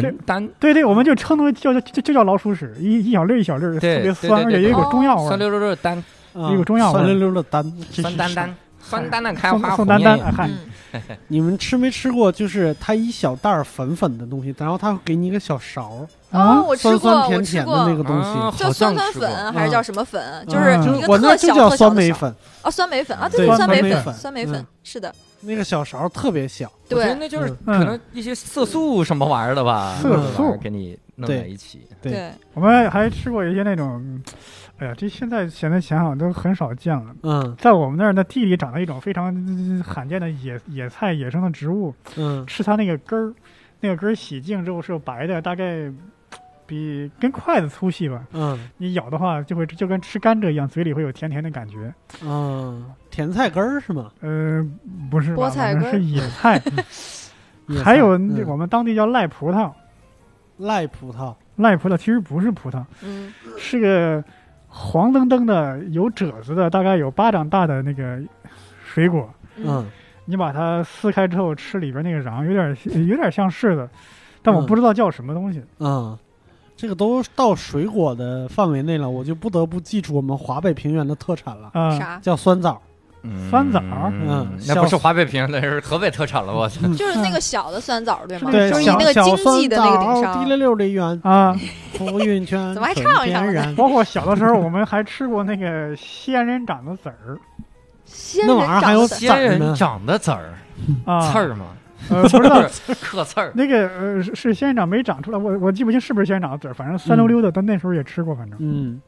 人丹
对对，我们就称它叫就就叫老鼠屎，一一小粒儿一小粒儿，特
对
别
对
酸，
对
而且
对
也有一股
哦
中药味
酸溜
儿。
溜的丹
啊
一个中药味儿
酸溜溜的丹，这
酸
是
丹
啥
丹酸丹丹开
宋
花红
宋丹丹，
艳
哎嗨，
嗯
你们吃没吃过？就是它一小袋儿粉粉的东西，然后它会给你一个小勺儿，
哦，
啊，
我吃过，
酸酸
我
甜
吃
甜
过
的那。个东
啊
西，
叫
好
酸
像
酸
吃过。
粉还是叫什么粉？啊就是
嗯
一
就是
个
我那
特
就
小特
叫
小
酸
的
梅
小
粉，
啊，酸梅粉啊，
对
酸
酸梅
粉，
粉
酸梅粉
嗯
是的，
那个小勺儿特别小。
我觉得
对
那就是
嗯
可能一些色素什么玩意儿的吧，
色
那种
素
玩意儿给你弄在一起。
对
对，
我们还吃过一些那种，嗯哎呀，这现在现在想想都很少见了。
嗯
在我们那儿，那地里长了一种非常呃罕见的野野菜、野生的植物，
嗯
吃它那个根儿，那个根儿洗净之后是白的，大概比跟筷子粗细吧。
嗯
你咬的话，就会就跟吃甘蔗一样，嘴里会有甜甜的感觉。
嗯，甜菜根儿是吗？
呃，不是吧，
菠菜
我们
根儿
是野菜，
野
还
菜
有
嗯
那我们当地叫赖葡萄，
赖葡萄，
赖葡萄其实不是葡萄，
嗯
是个黄澄澄的、有褶子的，大概有巴掌大的那个水果。
嗯
你把它撕开之后吃里边那个瓤，有点有点像柿子，但我
嗯
不知道叫什么东西。
嗯，这个都到水果的范围内了，我就不得不记住我们华北平原的特产了，
啊、
啥？
叫酸枣。
嗯
酸枣儿
嗯
那不是华北平原的，是河北特产了，我操！
就是那个小的酸枣，对吗？
对
就是你
小
那个
小
经
酸
济的那个顶
枣，滴溜
上，
溜的圆，
啊！
浮云 圈，
怎么还
纯
唱一唱
天
呢
然
包括小的时候，我们还吃过那个仙人掌的籽儿
仙
那
人
玩意儿
掌
还有
的
仙人掌的籽儿
啊，
刺儿嘛，
呃，不 知道
是刻刺儿。
那个呃是是仙人掌没长出来，我我记不清是不是仙人掌的籽儿，反正酸溜溜的，但那时候也吃过，反正
嗯，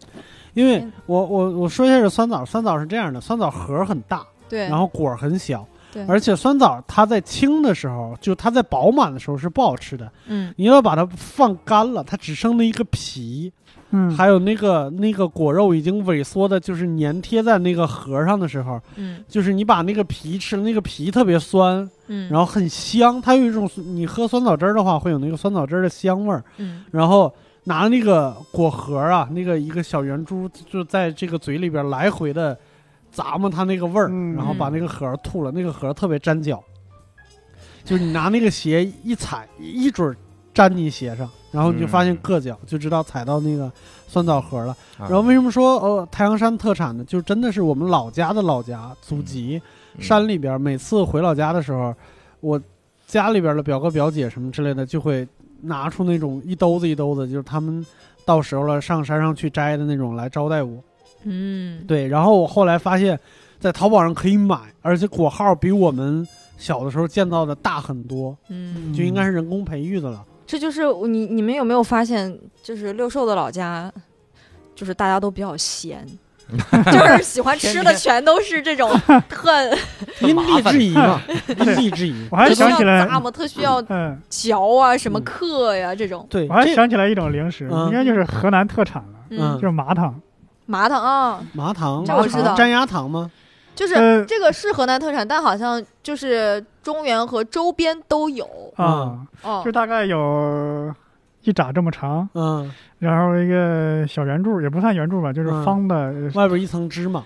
因为
嗯
我我我说一下这酸枣，酸枣是这样的，酸枣核儿很大，
对，
然后果儿很小
对，
而且酸枣它在青的时候，就它在饱满的时候是不好吃的，
嗯
你要把它放干了，它只剩了一个皮，
嗯，
还有那个那个果肉已经萎缩的，就是粘贴在那个核上的时候，
嗯
就是你把那个皮吃了，那个皮特别酸，
嗯，
然后很香，它有一种你喝酸枣汁儿的话会有那个酸枣汁儿的香味儿，
嗯
然后拿那个果核儿啊，那个一个小圆珠就在这个嘴里边来回的咂摸它那个味儿，
嗯
然后把那个核儿吐了，那个核儿特别粘脚，就是你拿那个鞋一踩，一准儿粘你鞋上，然后你就发现
嗯
硌脚，就知道踩到那个酸枣核了。
啊
然后为什么说呃太阳山特产呢？就真的是我们老家的老家祖籍。
嗯
山里边儿，每次回老家的时候，我家里边儿的表哥表姐什么之类的，就会拿出那种一兜子一兜子，就是他们到时候了上山上去摘的那种来招待我。
嗯，
对，然后我后来发现，在淘宝上可以买，而且果号比我们小的时候见到的大很多，
嗯，
就应该是人工培育的了。
这就是你你们有没有发现，就是六兽的老家，就是大家都比较闲，就是喜 欢吃的全都是这种特，
因地制宜嘛，因地制宜。
我还
特需
想
要
起来，
咂摸，特需要
嗯，
嚼啊，什么
嗯
嗑呀、这种。
对，
我还
这
想起来一种零食，
嗯
应该就是河南特产了，
嗯
就是麻糖。
麻糖啊，
麻糖，
这我知道
粘牙糖吗？
就是、
呃
这个是河南特产，但好像就是中原和周边都有。
嗯
啊，
哦
就，大概有一拃这么长，
嗯，
然后一个小圆柱，也不算圆柱吧，就是
嗯
方的，
外边一层芝麻，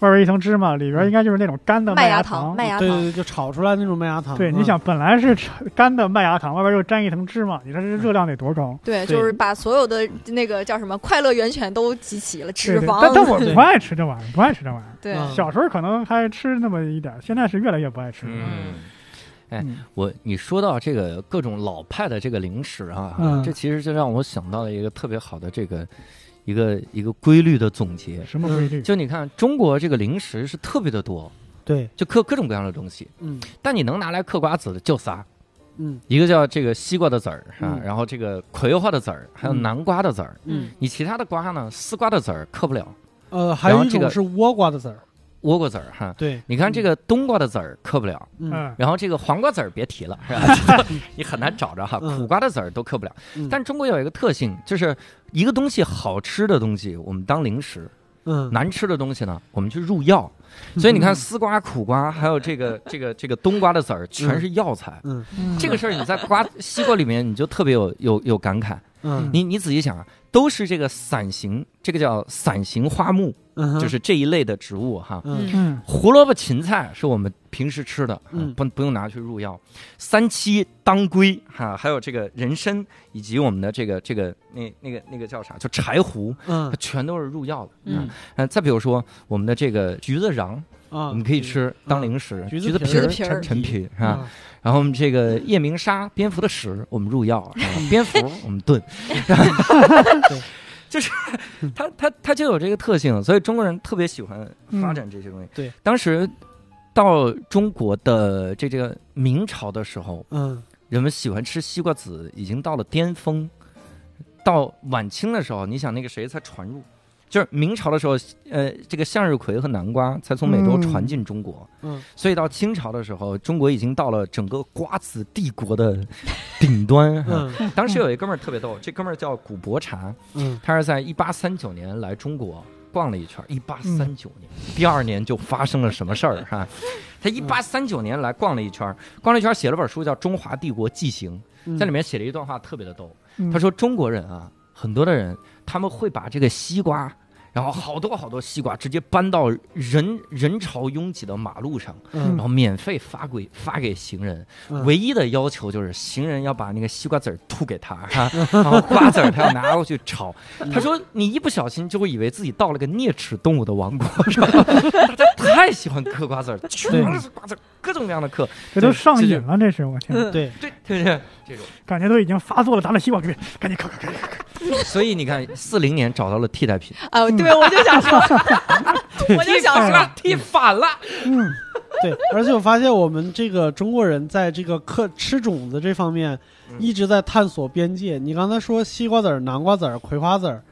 外边一层芝麻，里
嗯
边应该就是那种干的
麦
芽
芽糖，麦芽
对对
糖，
对，就炒出来那种麦芽糖。
对，
嗯
你想，本来是干的麦芽糖，外边又沾一层芝麻，你
嗯
这是热量得多高？
对，
对
就是把所有的那个叫什么快乐源泉都集齐了，
对
脂
对
肪。
但但我
对
不爱吃这玩意儿，不爱吃这玩意儿。
对
嗯
小时候可能还吃那么一点儿，现在是越来越不爱吃了。
嗯，
哎
嗯，
我你说到这个各种老派的这个零食啊，
嗯
这其实就让我想到了一个特别好的这个一个一个规律的总结。
嗯什么
嗯
规律？
就你看，中国这个零食是特别的多，
对，
就各各种各样的东西，
嗯
但你能拿来嗑瓜子的就仨，
嗯
一个叫这个西瓜的籽儿啊，
嗯
然后这个葵花的籽儿，还有
嗯
南瓜的籽儿。
嗯
嗯，
你其他的瓜呢，丝瓜的籽儿嗑不了，
呃，还有一种是倭瓜的籽儿，
倭瓜籽儿哈。
对，
你看这个冬瓜的籽儿嗑不了，
嗯，
嗯，
然后这个黄瓜籽儿别提了，是 吧？你很难找着哈。
嗯
苦瓜的籽儿都嗑不了。
嗯
但中国有一个特性，就是一个东西好吃的东西，我们当零食；
嗯，
难吃的东西呢，我们去入药。所以你看，丝瓜、苦瓜，还有这个这个这个冬瓜的籽儿，全是药材。
嗯
这个事儿你在瓜西瓜里面，你就特别有有有感慨。
嗯，
你你仔细想啊，都是这个伞形，这个叫伞形花木，
嗯哼
就是这一类的植物哈。
嗯
嗯，
胡萝卜、芹菜是我们平时吃的，
嗯
不不用拿去入药。三七、当归哈、还有这个人参，以及我们的这个这个那那个那个叫啥，就柴胡，它
嗯
全都是入药的。
嗯
嗯，呃再比如说我们的这个橘子瓤，
啊
我们可以吃当零食，
橘子
橘子
皮
皮
儿
儿、
橘子皮儿
陈陈皮是吧？
啊，
然后我们这个夜明砂、蝙蝠的屎，我们入药；是吧蝙蝠我们炖，就是它它它就有这个特性，所以中国人特别喜欢发展这些东西。
对，
当时到中国的这这个明朝的时候，
嗯
人们喜欢吃西瓜籽已经到了巅峰，到晚清的时候，你想那个谁才传入？就是明朝的时候，呃，这个向日葵和南瓜才从美洲
嗯
传进中国，
嗯
所以到清朝的时候，中国已经到了整个瓜子帝国的顶端。啊
嗯
当时有一哥们儿特别逗，这哥们儿叫古伯茶，
嗯
他是在一八三九年来中国逛了一圈，一八三九年，第二年就发生了什么事儿哈、他一八三九年来逛了一圈，逛了一圈写了本书叫《中华帝国纪行
嗯，》，
在里面写了一段话特别的逗，
嗯
他说中国人啊，很多的人他们会把这个西瓜。然后好多好多西瓜直接搬到人人潮拥挤的马路上，
嗯
然后免费发给发给行人，
嗯
唯一的要求就是行人要把那个西瓜籽儿吐给他，哈，然后瓜子儿他要拿过去炒。 他说你一不小心就会以为自己到了个啮齿动物的王国，是吧？ 大家太喜欢嗑瓜子儿，全是瓜子儿，各种各样的嗑，
这都上瘾了，这是我天，
嗯
对，
对对不对？这种，
感觉都已经发作了，咱俩希望给赶紧嗑嗑嗑。
所以你看，四零年找到了替代品，
哎，我对，我就想说，我就想
是
说，
吧？替反了，
嗯，
对，而且我发现我们这个中国人在这个嗑吃种子这方面
嗯
一直在探索边界。你刚才说西瓜籽儿、南瓜籽儿、葵花籽儿，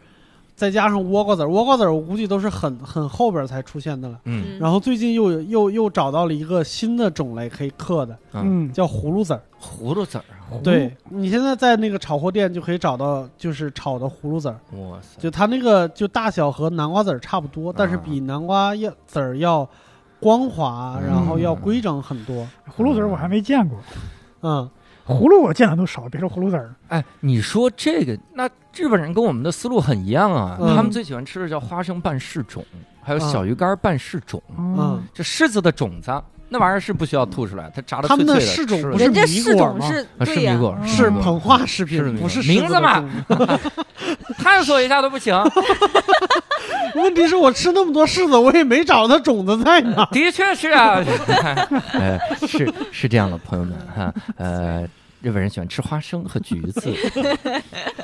再加上倭瓜籽儿，倭瓜籽儿我估计都是很很后边儿才出现的了。
嗯
嗯
然后最近又有又又找到了一个新的种类可以嗑的，
嗯，
嗯，
叫葫芦籽儿。
葫芦籽儿啊，
对你现在在那个炒货店就可以找到，就是炒的葫芦籽儿，
哇塞，
就它那个就大小和南瓜籽儿差不多，但是
啊
比南瓜要籽儿要光
嗯
滑，然后要规整很多。
葫芦籽儿我还没见过，
嗯，
葫芦我见的都少，别说葫芦籽儿。
哎，你说这个，那日本人跟我们的思路很一样啊。
嗯
他们最喜欢吃的叫花生拌柿种，还有
啊
小鱼干拌柿种。
哦
嗯，
这柿子的种子，那玩意儿是不需要吐出来，它炸的
他
脆
们
脆
的
的。
柿种
吃
不
了
人家
是米嗯
是
果
种
吗
是
啊是
对
米
呀，
果，
是
米果
膨化食品
是，米
不是
果名
柿
字
的
嘛
种子。
探索一下都不行。
问题是我吃那么多柿子，我也没找到它种子在哪。
的确是 啊，哎，是是这样的，朋友们哈，呃，日本人喜欢吃花生和橘 子，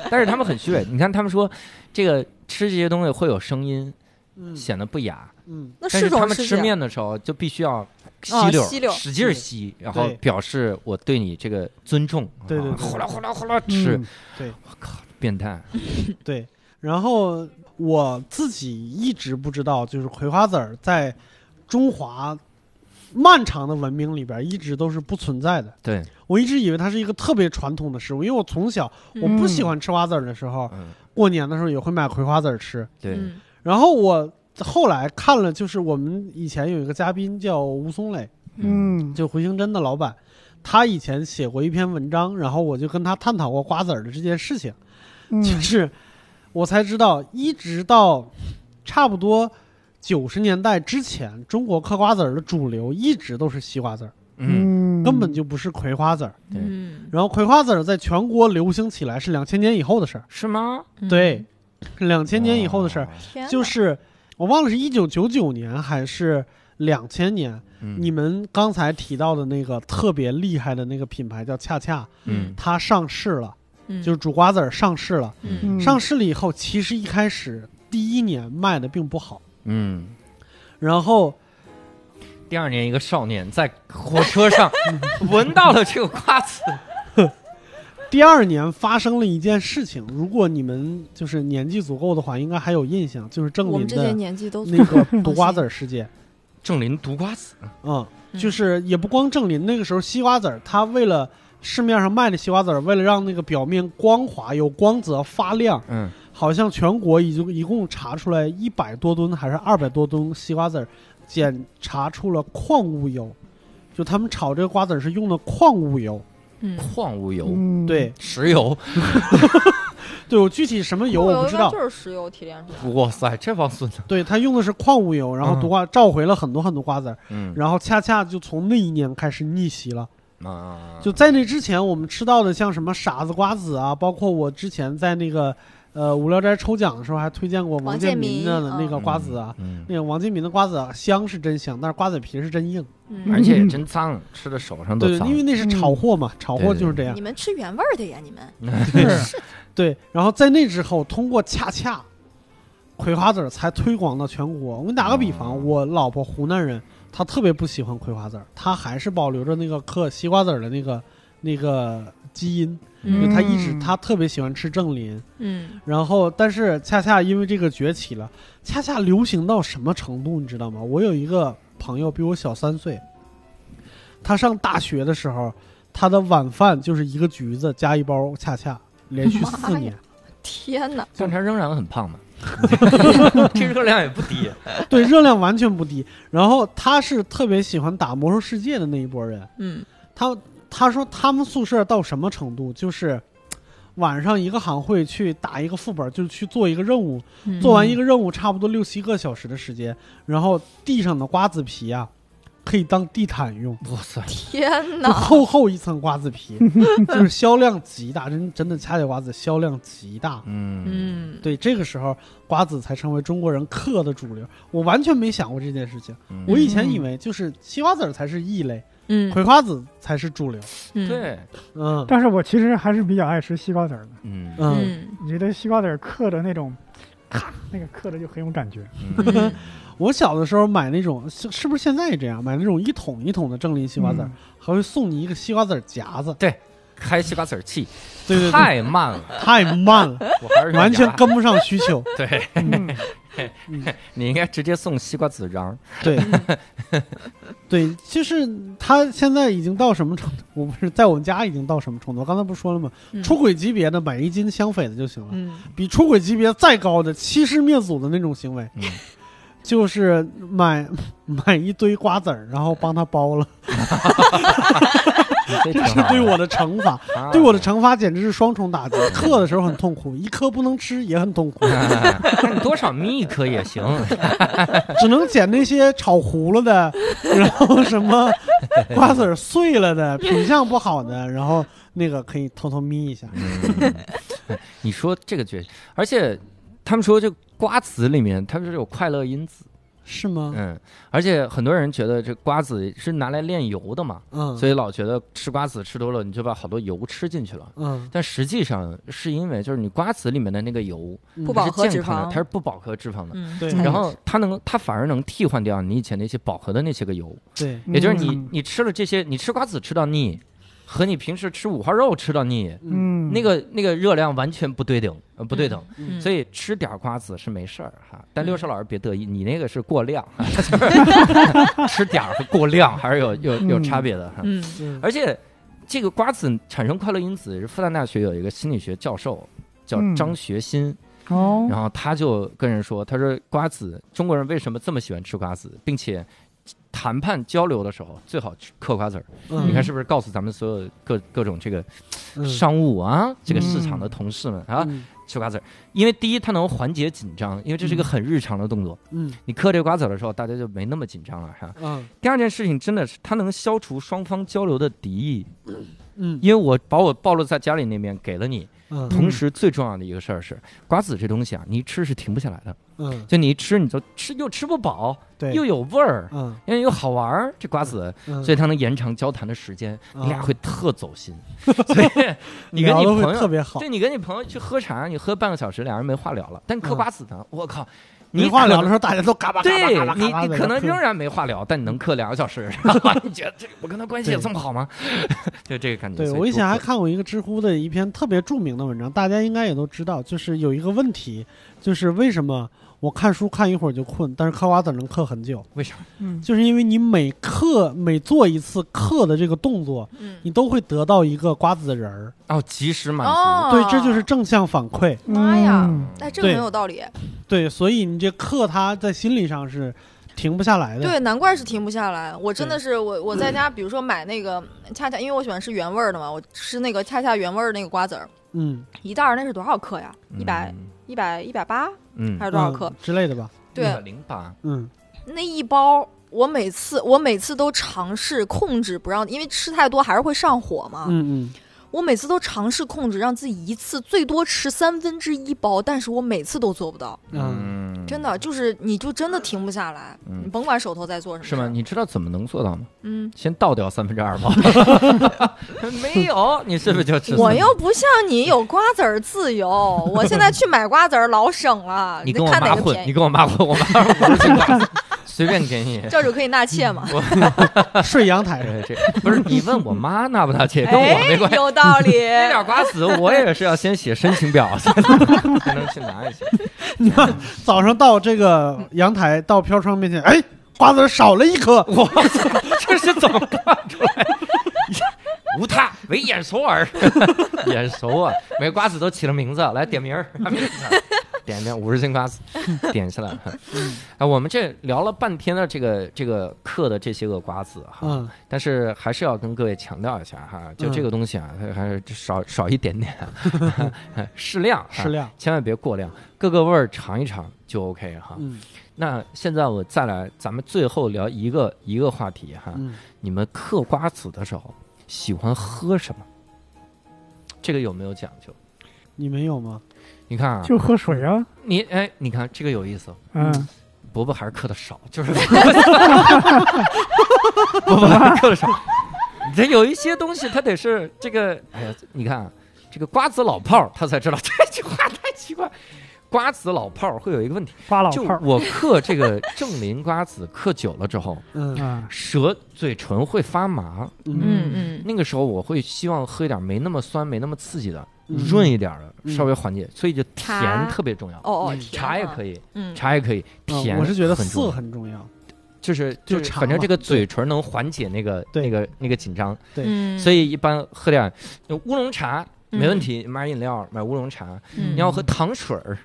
但是他们很虚伪。你看他们说这个吃这些东西会有声音，
嗯
显得不雅。
嗯
那
但
是
他
种
们
是
吃
这样
面的时候就必须要吸
啊
溜儿，
吸溜儿
使劲儿吸，然后
对
表示我对你这个尊重。
对对嗯
啊
对
呼啦呼啦呼啦吃
嗯，
变态。
对。然后我自己一直不知道，就是葵花籽儿在中华漫长的文明里边一直都是不存在的。
对，
我一直以为它是一个特别传统的食物，因为我从小我不喜欢吃瓜子儿的时候，
嗯，
过年的时候也会买葵花籽儿吃。
对，
嗯
然后我后来看了，就是我们以前有一个嘉宾叫吴松磊，
嗯，
就回形针的老板，他以前写过一篇文章，然后我就跟他探讨过瓜子儿的这件事情，
嗯
就是我才知道，一直到差不多九十年代之前，中国嗑瓜子儿的主流一直都是西瓜子儿，
嗯，
根本就不是葵花籽儿。
对
嗯，
然后葵花籽儿在全国流行起来是两千年以后的事儿，
是吗？
嗯
对，，两千年以后的事儿，
哦，
天哪
就是我忘了是一九九九年还是两千年。
嗯
你们刚才提到的那个特别厉害的那个品牌叫恰恰，
嗯
它上市了，
嗯
就是煮瓜子儿上市了。
嗯
嗯
上市了以后，其实一开始第一年卖的并不好，
嗯，
然后
第二年，一个少年在火车 上闻到了这个瓜子，
第二年发生了一件事情，如果你们就是年纪足够的话，应该还有印象，就是郑
我
林
们这些
的
年纪 都
那个毒瓜子 儿事件。
郑林毒瓜子，
嗯，
嗯
就是也不光郑林，那个时候西瓜子儿，它为了市面上卖的西瓜子儿，为了让那个表面光滑、有光泽、发亮，
嗯，
好像全国已经一共查出来一百多吨还是二百多吨西瓜子儿，检查出了矿物油，就他们炒这个瓜子儿是用的矿物油。
嗯
矿物油，
嗯，
对，
石油。
对我具体什么油我不知道
应该，就是石油提炼出来的。
哇塞，这帮孙子！
对他用的是矿物油，然后毒瓜召回了很多很多瓜子儿，
嗯
然后恰恰就从那一年开始逆袭了。
啊，
就在那之前，我们吃到的像什么傻子瓜子啊，包括我之前在那个呃无聊斋抽奖的时候还推荐过王建民的
王建民
那个瓜子啊，
嗯，
那个王建民的瓜子啊香是真香，但是瓜子皮是真硬。
而
嗯，
且也真脏，吃的手上都
对，
脏
因，为那是炒货嘛，炒货就是这样
你。们吃原味儿的呀，你们。
是，
对，然后在那之后，通过恰恰葵花籽儿才推广到全国。我给你打个比方，
哦
我老婆湖南人，她特别不喜欢葵花籽儿，她还是保留着那个嗑西瓜籽儿的那个那个基因，
嗯
就她一直
嗯
她特别喜欢吃正林。
嗯
然后，但是恰恰因为这个崛起了，恰恰流行到什么程度，你知道吗？我有一个朋友比我小三岁，他上大学的时候，他的晚饭就是一个橘子加一包恰恰，连续四
妈
年
呀。天哪！
但他仍然 很胖嘛，
这热量也不低。
对，热量完全不低。然后他是特别喜欢打魔兽世界的那一波人，
嗯
他他说他们宿舍到什么程度，就是晚上一个行会去打一个副本，就是去做一个任务，
嗯
做完一个任务差不多六七个小时的时间，然后地上的瓜子皮啊，可以当地毯用。
哇塞，
天
就
哪！
厚厚一层瓜 子皮，就是销量极大，真真的恰恰瓜子销量极大。
嗯
嗯，
对，这个时候瓜子才成为中国人嗑的主流。我完全没想过这件事情，
嗯
我以前以为就是西瓜子儿才是异类，
嗯，
葵花籽才是主流。
嗯，
对，
嗯
但是我其实还是比较爱吃西瓜籽儿的，
嗯
嗯，
嗯
你觉得西瓜籽儿嗑的那种，咔，那个嗑的就很有感觉，
嗯
我小的时候买那种是是不是现在也这样？买那种一桶一桶的正林西瓜籽
嗯
儿，还会送你一个西瓜籽儿夹子。
开西瓜籽儿器
对对对，
太慢了，
太 慢了，
我还是
完全
跟
跟不上需 求。
对。
嗯，
你应该直接送西瓜籽瓤儿。
对，对，就是他现在已经到什么程度？我不是在我们家已经到什么程度？我刚才不是说了吗？
嗯，
出轨级别的买一斤香妃的就行了，
嗯
比出轨级别再高的欺师灭祖的那种行为
嗯，
就是买买一堆瓜子儿，然后帮他剥了，
这挺
这
好
是
的
对我的惩 罚。
啊
对我的惩罚简直是双重打击，嗑的时候很痛苦，一颗不能吃也很痛苦，
哎那你多少蜜一颗也 行，
只能捡那些炒糊了的，然后什么瓜子儿碎了的、品相不好的，然后那个可以偷偷眯一下。
嗯你说这个绝，而且他们说这瓜子里面，他们说有快乐因子，
是吗？
嗯，而且很多人觉得这瓜子是拿来炼油的嘛，
嗯，
所以老觉得吃瓜子吃多了，你就把好多油吃进去了。
嗯，
但实际上是因为就是你瓜子里面的那个油
嗯
不饱
它
和
是
脂
健康的，
肪
它是不饱和脂肪的，
嗯，
对
才
然后它能它反而能替换掉你以前那些饱和的那些个油，
对，
也就是你
嗯
你吃了这些，你吃瓜子吃到腻，
和你平时吃五花肉吃到腻，
嗯
嗯，
那个那个热量完全不对等，呃不对等。
嗯
所以吃点儿瓜子是没事儿哈，但六少老师别得意，你那个是过量， 吃点儿和过量还是有有有差别的哈。
嗯
嗯
而且这个瓜子产生快乐因子，是复旦大学有一个心理学教授叫
嗯
张学新，
哦，
然后他就跟人说，他说瓜子，中国人为什么这么喜欢吃瓜子，并且谈判交流的时候最好吃嗑瓜子儿。
嗯
你看是不是告诉咱们所有各各种这个
嗯
商务啊，这个市场的同事们啊，
嗯
吃瓜子儿，因为第一它能缓解紧张，因为这是一个很日常的动作。
嗯
你嗑这瓜子儿的时候，大家就没那么紧张了哈。
啊
第二件事情真的是它能消除双方交流的敌意，
嗯
因为我把我暴露在家里那面给了你。
嗯
同时最重要的一个事儿是，瓜子这东西啊，你一吃是停不下来的。
嗯
就你一吃，你就吃又吃不饱，
对
又有味儿，
嗯
因为又好玩儿，这瓜子，
嗯
所以它能延长交谈的时间，
啊
你俩会特走 心。所以你跟
聊
你
得会
朋
特
友，
别好
对，你跟你朋友去喝茶，你喝半个小时，俩人没话聊了，但嗑
嗯
瓜子呢，我靠，
没
你
话
可
聊
能
的时候，大家都嘎巴嘎巴
对
嘎巴
你，
嘎巴
你
在
可能
那
仍
嗑
然没话聊，但你能嗑两个小 时，然后你觉得这我跟他关系也这么好吗？ 就这个感觉。
对
所
我以
多
前还
嗑
看过一个知乎的一篇特别著名的文章，大家应该也都知道，就是有一个问题，就是为什么我看书看一会儿就困，但是嗑瓜子能嗑很久，
为啥？
嗯
就是因为你每嗑每做一次嗑的这个动作，
嗯
你都会得到一个瓜子仁儿，
哦，及时满足，
哦，
对，这就是正向反馈。
妈呀
嗯
哎，这个很
对
有道理。
对，所以你这嗑它在心理上是停不下来的。
对，难怪是停不下来。我真的是我我在家，比如说买那个恰恰，因为我喜欢吃原味儿的嘛，我吃那个恰恰原味儿那个瓜子儿，
嗯，
一袋儿那是多少克呀？一百一百一百八
嗯，
还
嗯，
是多少克
嗯？之类的吧？
对，
零八，
嗯
那一包。我每次我每次都尝试控制不让，因为吃太多还是会上火嘛。
嗯
我每次都尝试控制，让自己一次最多吃三分之一包，但是我每次都做不到，
嗯嗯，
真的就是你就真的停不下来，
嗯
你甭管手头在做什么。
是吗？？你知道怎么能做到吗？
嗯，
先倒掉三分之 二吗？没有，你是不是就吃？
我又不像你有瓜子儿自由，我现在去买瓜子儿老省了。
你跟我
看
妈
哪个
混，
便
你
宜？
跟我妈混，我妈 不是瓜子，随便给你。
教主可以纳 妾吗？
啊睡阳台
对，这不是你问我妈纳不纳妾，跟我
哎
没关，系。
有道 理。
那点瓜子，我也是要先写申请表， 才能才能去拿一些。
你看早上到这个阳台，到飘窗面前，哎，瓜子儿少了一颗，
我操， 这是怎么看出来的？ 无他，唯眼熟耳， 眼熟啊！每个瓜子都起了名字，来点名 儿，点点五十斤 瓜子，点下来了。哎，我们这聊了半天的这个这个嗑的这些个瓜子哈，
嗯
但是还是要跟各位强调一下哈，就这个东西啊，它还是少少一点点，啊 适量，哈
适，量，
千万别过量，各个味儿尝一尝就 OK 哈。
嗯
那现在我再来，咱们最后聊一个一个话题哈，
嗯，
你们嗑瓜子的时候喜欢喝什么？这个有没有讲究？
你没有吗？
你看啊，
就喝水啊，
你哎，你看这个有意思，
嗯，
伯伯还是嗑的 少，就是伯伯还是嗑的少。你这有一些东西，它得是这个，哎呀，你看啊，这个瓜子老炮儿，他才知道 这句话太奇怪。瓜子老炮儿会有一个问题，
瓜老
就
炮儿，
我嗑这个正林瓜子嗑久了之后，
嗯
嗯
舌嘴唇会发麻。
嗯嗯
那个时候我会希望喝一点没那么酸、没那么刺激的，
嗯
润一点的，
嗯
稍微缓解。所以就
茶
甜特别重要，
哦哦，
嗯
茶也可
以。
以，
嗯
茶也可以，
嗯
甜。
我是觉得
很重
涩
要，
很重要，
就是
就
就是
茶
反正
嘛
这个嘴唇能缓解那个
对
那个那个紧张，
对
嗯，
所
以
以一般喝点呃乌龙茶没问题，买饮料买乌龙茶。
你
嗯
你要喝糖水儿，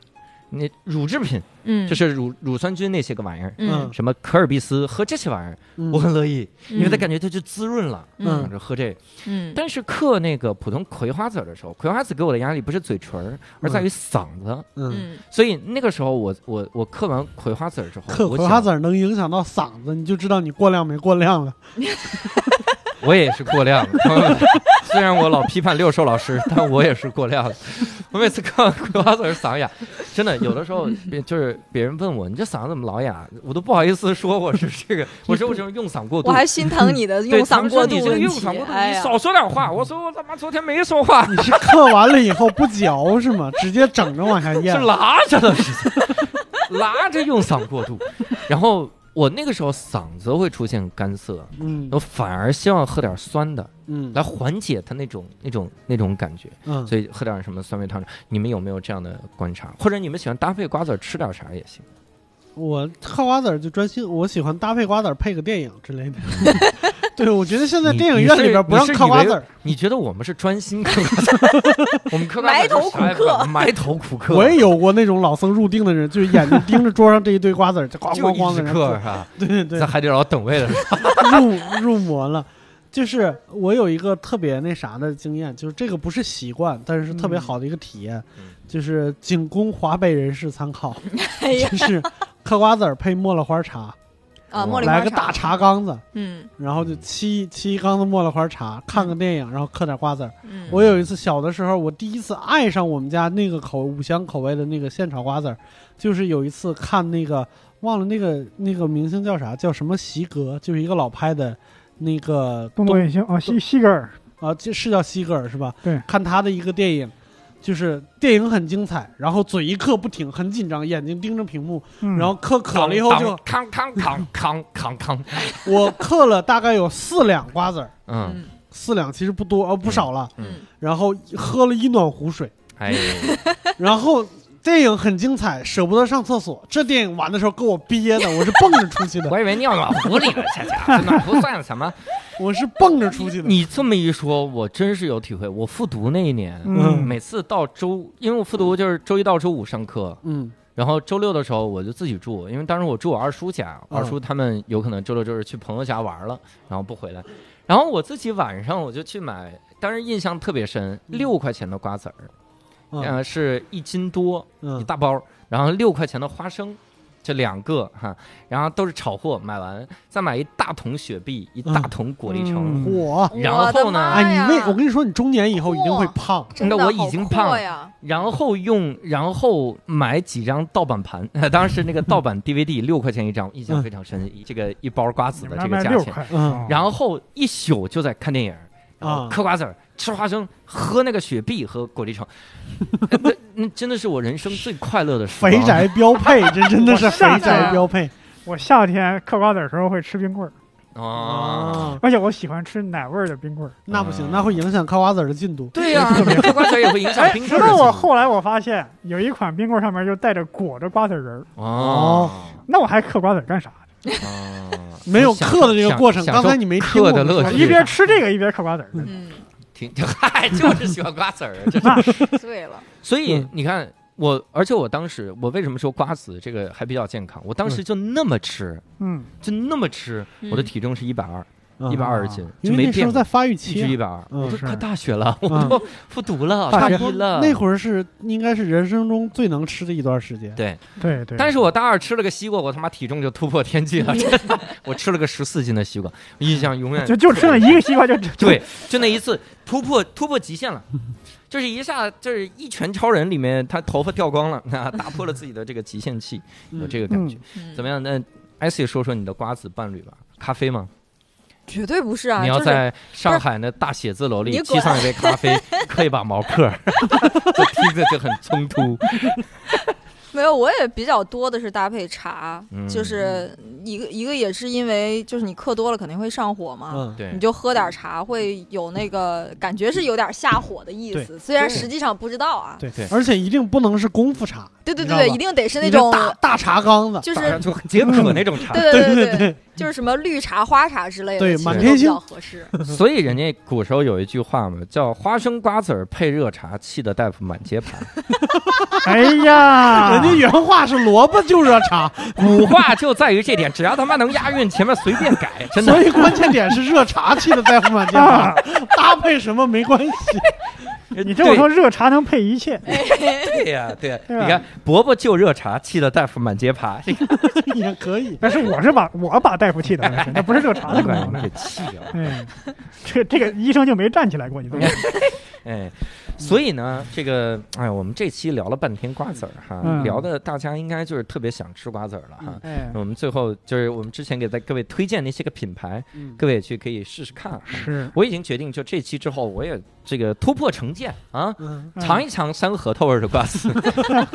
那乳制品
嗯，
就是乳乳酸菌那些个玩意儿，
嗯，
什么可尔必思，喝这些玩意儿
嗯
我很乐意，因为它
他
感觉它就滋润了，
嗯
想着喝这个。
嗯
但是嗑那个普通葵花籽儿的时候，葵花籽给我的压力不是嘴唇儿，而在于嗓子。
嗯，
嗯
所以那个时候我，我我嗑完葵花籽儿之后，
嗑
我
葵花
想
籽儿能影响到嗓子，你就知道你过量没过量了。
我也是过量的。朋友们 虽然我老批判六兽老师，但我也是过量的。 我每次嗑完葵花籽儿嗓哑，真的有的时候别就是别人问我你这嗓子怎么老哑，我都不好意思说我是这 个，我说我就是用嗓过度
我。还心疼你的
对
用
他
嗓
们说
过
你
度
这个
问
用
题
嗓过，度，
哎
你
呀，
少说点话。我说我他妈昨天没说话，
你是嗑完了以后不嚼是吗？直接整着往下咽
是。拉着的，是拉着用嗓过度，然后我那个时候嗓子会出现干涩，
嗯
我反而希望喝点酸的
嗯
来缓解它那种那种那种感觉，
嗯，
所以喝点什么酸梅汤。你们有没有这样的观察？或者你们喜欢搭配瓜子儿吃点啥也行？
我嗑瓜子儿就专心，我喜欢搭配瓜子儿配个电影之 类的。对，我觉得现在
你
电影
你
院
是
里边不
你
让
是
嗑
以
瓜
为
子儿，
你觉得我们是专心嗑瓜 子儿？我们嗑瓜子儿就是啥也不干埋头苦嗑，
我也有过那种老僧入定的人，就是眼睛盯着桌上这一堆瓜子儿，就咣
就
咣
一
咣
直
的然后
嗑
嗑
是吧？
对对对
在，海底捞等位的时候，
入 入魔了。就是我有一个特别那啥的经验，就是这个不是习惯，但是是特别
嗯
好的一个体验，
嗯
就是仅供华北人士参考，
哎呀
就是嗑瓜子儿配茉莉花茶，
哇
啊，茉莉花
来个大
茶，
茶缸子，
嗯
然后就
嗯
沏沏一缸子茉莉花茶，看个电影，然后嗑点瓜子儿。
嗯，
我有一次小的时候，我第一次爱上我们家那个口五香口味的那个现炒瓜子儿，就是有一次看那个忘了那个那个明星叫啥，叫什么席格，就是一个老拍的。那个
动作也行啊，西西格尔，
啊，这是叫西格尔是吧？
对，
看他的一个电影，就是电影很精彩，然后嘴一刻不停，很紧张，眼睛盯着屏幕，
嗯
然后嗑渴了以后就，
康康康康康康，
我嗑了大概有四两瓜子儿，
嗯
嗯
四两其实不多，呃，不少了，
嗯，
然后喝了一暖壶水，
哎，
然后。电影很精彩，舍不得上厕所。这电影完的时候给我憋的，我是蹦着出去的，
我以为尿暖壶里了，恰恰这暖壶算什么？
我是蹦着出去 的。
你这么一说，我真是有体会。我复读那一年，
嗯
每次到周，因为我复读就是周一到周五上课，
嗯
然后周六的时候我就自己住，因为当时我住我二叔家，
嗯
二叔他们有可能周六周日去朋友家玩了，然后不回来。然后我自己晚上我就去买，当时印象特别深，
嗯
六块钱的瓜子儿，
嗯
呃，是一斤多一
嗯
大包，然后六块钱的花生，这两个哈，然后都是炒货，买完再买一大桶雪碧，一大桶果粒橙。
嗯
我
然
我的
后呢
妈
哎，
呀
你为我跟你说，你中年以后一定会胖。
真的
那我
好
已经
阔
胖了
呀，
然后用，然后买几张盗版盘， 当时那个盗版 DVD 六块钱一张，印象非常深。这个一包瓜子
你
的
们
这个
那卖
价
六
钱，
块，哦
嗯
然后一宿就在看电影，然
啊
后嗑瓜子儿、吃花生、喝那个雪碧和果粒橙， 哎那那真的是我人生最快乐的时光。
肥宅标配，这真的是
我吓
肥
得
宅标配。
我夏天嗑瓜子儿的时候会吃冰棍儿，
啊，
而且我喜欢吃奶味儿的冰棍儿。
那不行，
嗯
那会影响嗑瓜子儿的进度。
对呀、嗑瓜子儿也会影响
哎，
冰
直
棍儿的
到
进
我
度。
后来我发现有一款冰棍儿上面就带着裹着瓜子仁儿，
哦，
那我还嗑瓜子儿干啥？
哦
没有
享
嗑的这个
享
过程，
享
刚才
受
你没听
嗑
我
的
们
乐
说
趣
一边吃这个一边嗑瓜子儿，
嗯，
挺挺， 嗨，就是喜欢瓜子儿，真是
那是
醉了，
所以
嗯
你看我，而且我当时，我为什么说瓜子这个还比较健康？我当
嗯
时就那么吃，
嗯，
就那么吃，我的体重是一百二，
嗯
一百二十斤，就
因为
没
那时
变
候
过
在，发育
一
期
直一
啊，
百二。
嗯
我都
是
快大学了，我
嗯
都复读了，
大
大
学
一了。
那会儿是应该是人生中最能吃的一段时间。
对，
对对。
但是我大二吃了个西瓜，我他妈体重就突破天际了，真的。我吃了个十四斤的西瓜，印象永远
就就吃了一个西瓜就
对，就那一次突破突破极限了，就是一下就是一拳超人里面他头发掉光了，啊，打破了自己的这个极限期，有这个感觉。
嗯
怎么样？那艾希说说你的瓜子伴侣吧，咖啡吗？
绝对不是啊，
你要
就是
在上海那大写字楼里
你滚
沏上一杯咖 啡，嗑一把毛嗑，这听 着就很冲突。
没有，我也比较多的是搭配茶，
嗯
就是一个一个也是因为就是你嗑多了肯定会上火嘛。
嗯，
对
你，就喝点茶，会有那个感觉是有点下火的意思，虽然实际上不知道啊。
对
对
而且一定不能是功夫茶，
对对对
你知
对，
道吧
一定得是那
一个
种，
大大茶缸子。
就是
打上就解渴那种茶。
对对
对
对对，就是什么绿茶、花茶之类的，
对
其实
满
都
天
比较
星
合适。
所以人家古时候有一句话嘛，叫“花生瓜子儿配热茶，气得大夫满街跑”。
哎
啊
人
呀，
家原话是萝卜就热茶，
古话就在于这点，只要他妈能押韵，前面随便改，真的啊
所。以关键点是热茶气的在乎满街跑，搭配什么没关系。
你这么说热茶能配一切，
对呀、对呀、
对吧
你看伯伯就热茶，气得大夫满街爬，这个
也可以。
但是我是把我把大夫气的，那是那不是热茶的
难
功
怪
劳
你
那
给
是
气啊！
哎，这这个医生就没站起来过，你怎么
哎，所以呢，这个哎，我们这期聊了半天瓜子儿哈，
嗯
聊的大家应该就是特别想吃瓜子儿了哈。
嗯
哎
那我们最后就是我们之前给在各位推荐那些个品牌，
嗯
各位也去可以试试看。啊
是
我已经决定，就这期之后，我也这个突破成见啊，
嗯，
嗯
尝一尝山核桃味儿的瓜 子，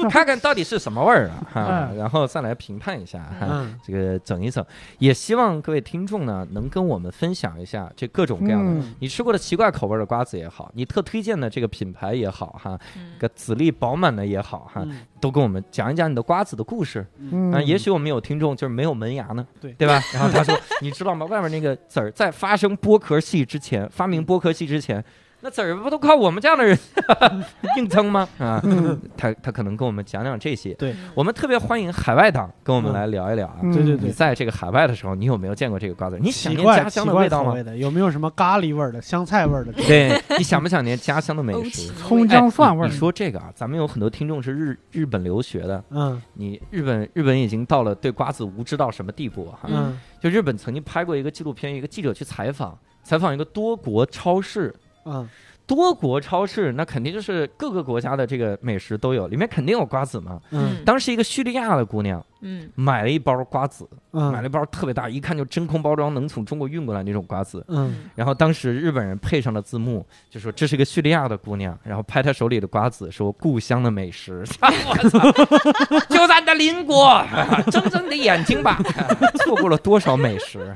看看到底是什么味儿啊，哈
嗯
然后再来评判一下哈。
嗯
这个整一整，也希望各位听众呢能跟我们分享一下这各种各样的，
嗯
你吃过的奇怪口味的瓜子也好，你特推荐的这个品牌也好哈，
嗯
个籽粒饱满的也好哈，
嗯
都跟我们讲一讲你的瓜子的故事。
嗯
啊，也许我们有听众就是没有门牙呢，
对
吧？ 然后他说，你知道吗？外面那个籽儿在发生剥壳系之前，发明剥壳系之前，那籽儿不都靠我们这样的人 硬撑吗？啊，
嗯
他他可能跟我们讲讲这些。
对
嗯
我们特别欢迎海外党跟我们
嗯
来聊一聊啊。
嗯
对对
你
对，
在这个海外的时候，你有没有见过这个瓜子儿？你想
奇
念
怪
家
奇
乡的
怪
味道
口
吗？
味的有没有什么咖喱味儿的、香菜味儿的？
对，你想不想念家乡的美
欧
食
芹？
葱
味
姜蒜
哎
味儿
你。你说这个啊，咱们有很多听众是日日本留学的，
嗯
你日本日本已经到了对瓜子无知到什么地步啊哈、
嗯
就日本曾经拍过一个纪录片，一个记者去采访，采访一个多国超市。
嗯
多国超市那肯定就是各个国家的这个美食都有，里面肯定有瓜子嘛。
嗯
当时一个叙利亚的姑娘
嗯
买了一包瓜子，买
嗯
了一包特别大，一看就真空包装，能从中国运过来那种瓜子。
嗯
然后当时日本人配上了字幕，就说这是个叙利亚的姑娘，然后拍她手里的瓜子，说故乡的美食，我操， 就在你的邻国， 睁睁你的眼睛吧， 错过了多少美食。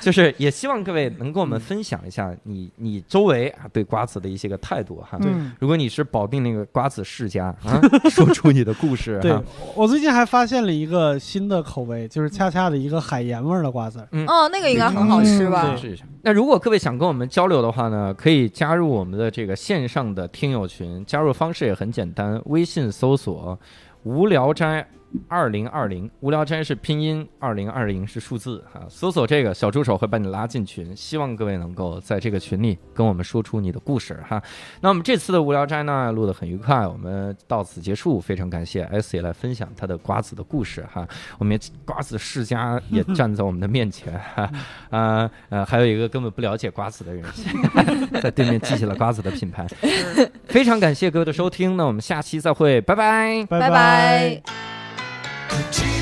就是也希望各位能跟我们分享一下你你周围啊对瓜子的一些个态度哈。
嗯
如果你是保定那个瓜子世家啊，说出你的故事
对
哈。，
我最近还发现了一个新的口味，就是恰恰的一个海盐味儿的瓜子儿。
哦，那个应该很好吃吧
嗯？对
试一下。那如果各位想跟我们交流的话呢，可以加入我们的这个线上的听友群，加入方式也很简单，微信搜索“无聊斋二零二零”，无聊斋是拼音，二零二零是数字啊。搜索这个小助手会把你拉进群，希望各位能够在这个群里跟我们说出你的故事哈。那我们这次的无聊斋呢，录得很愉快，我们到此结束，非常感谢 S 也来分享他的瓜子的故事哈。我们也瓜子世家也站在我们的面前哈。啊呃，还有一个根本不了解瓜子的人，在对面记起了瓜子的品牌。非常
嗯
感谢各位的收听，那我们下期再会，拜拜。
拜
拜
拜。
拜。
不经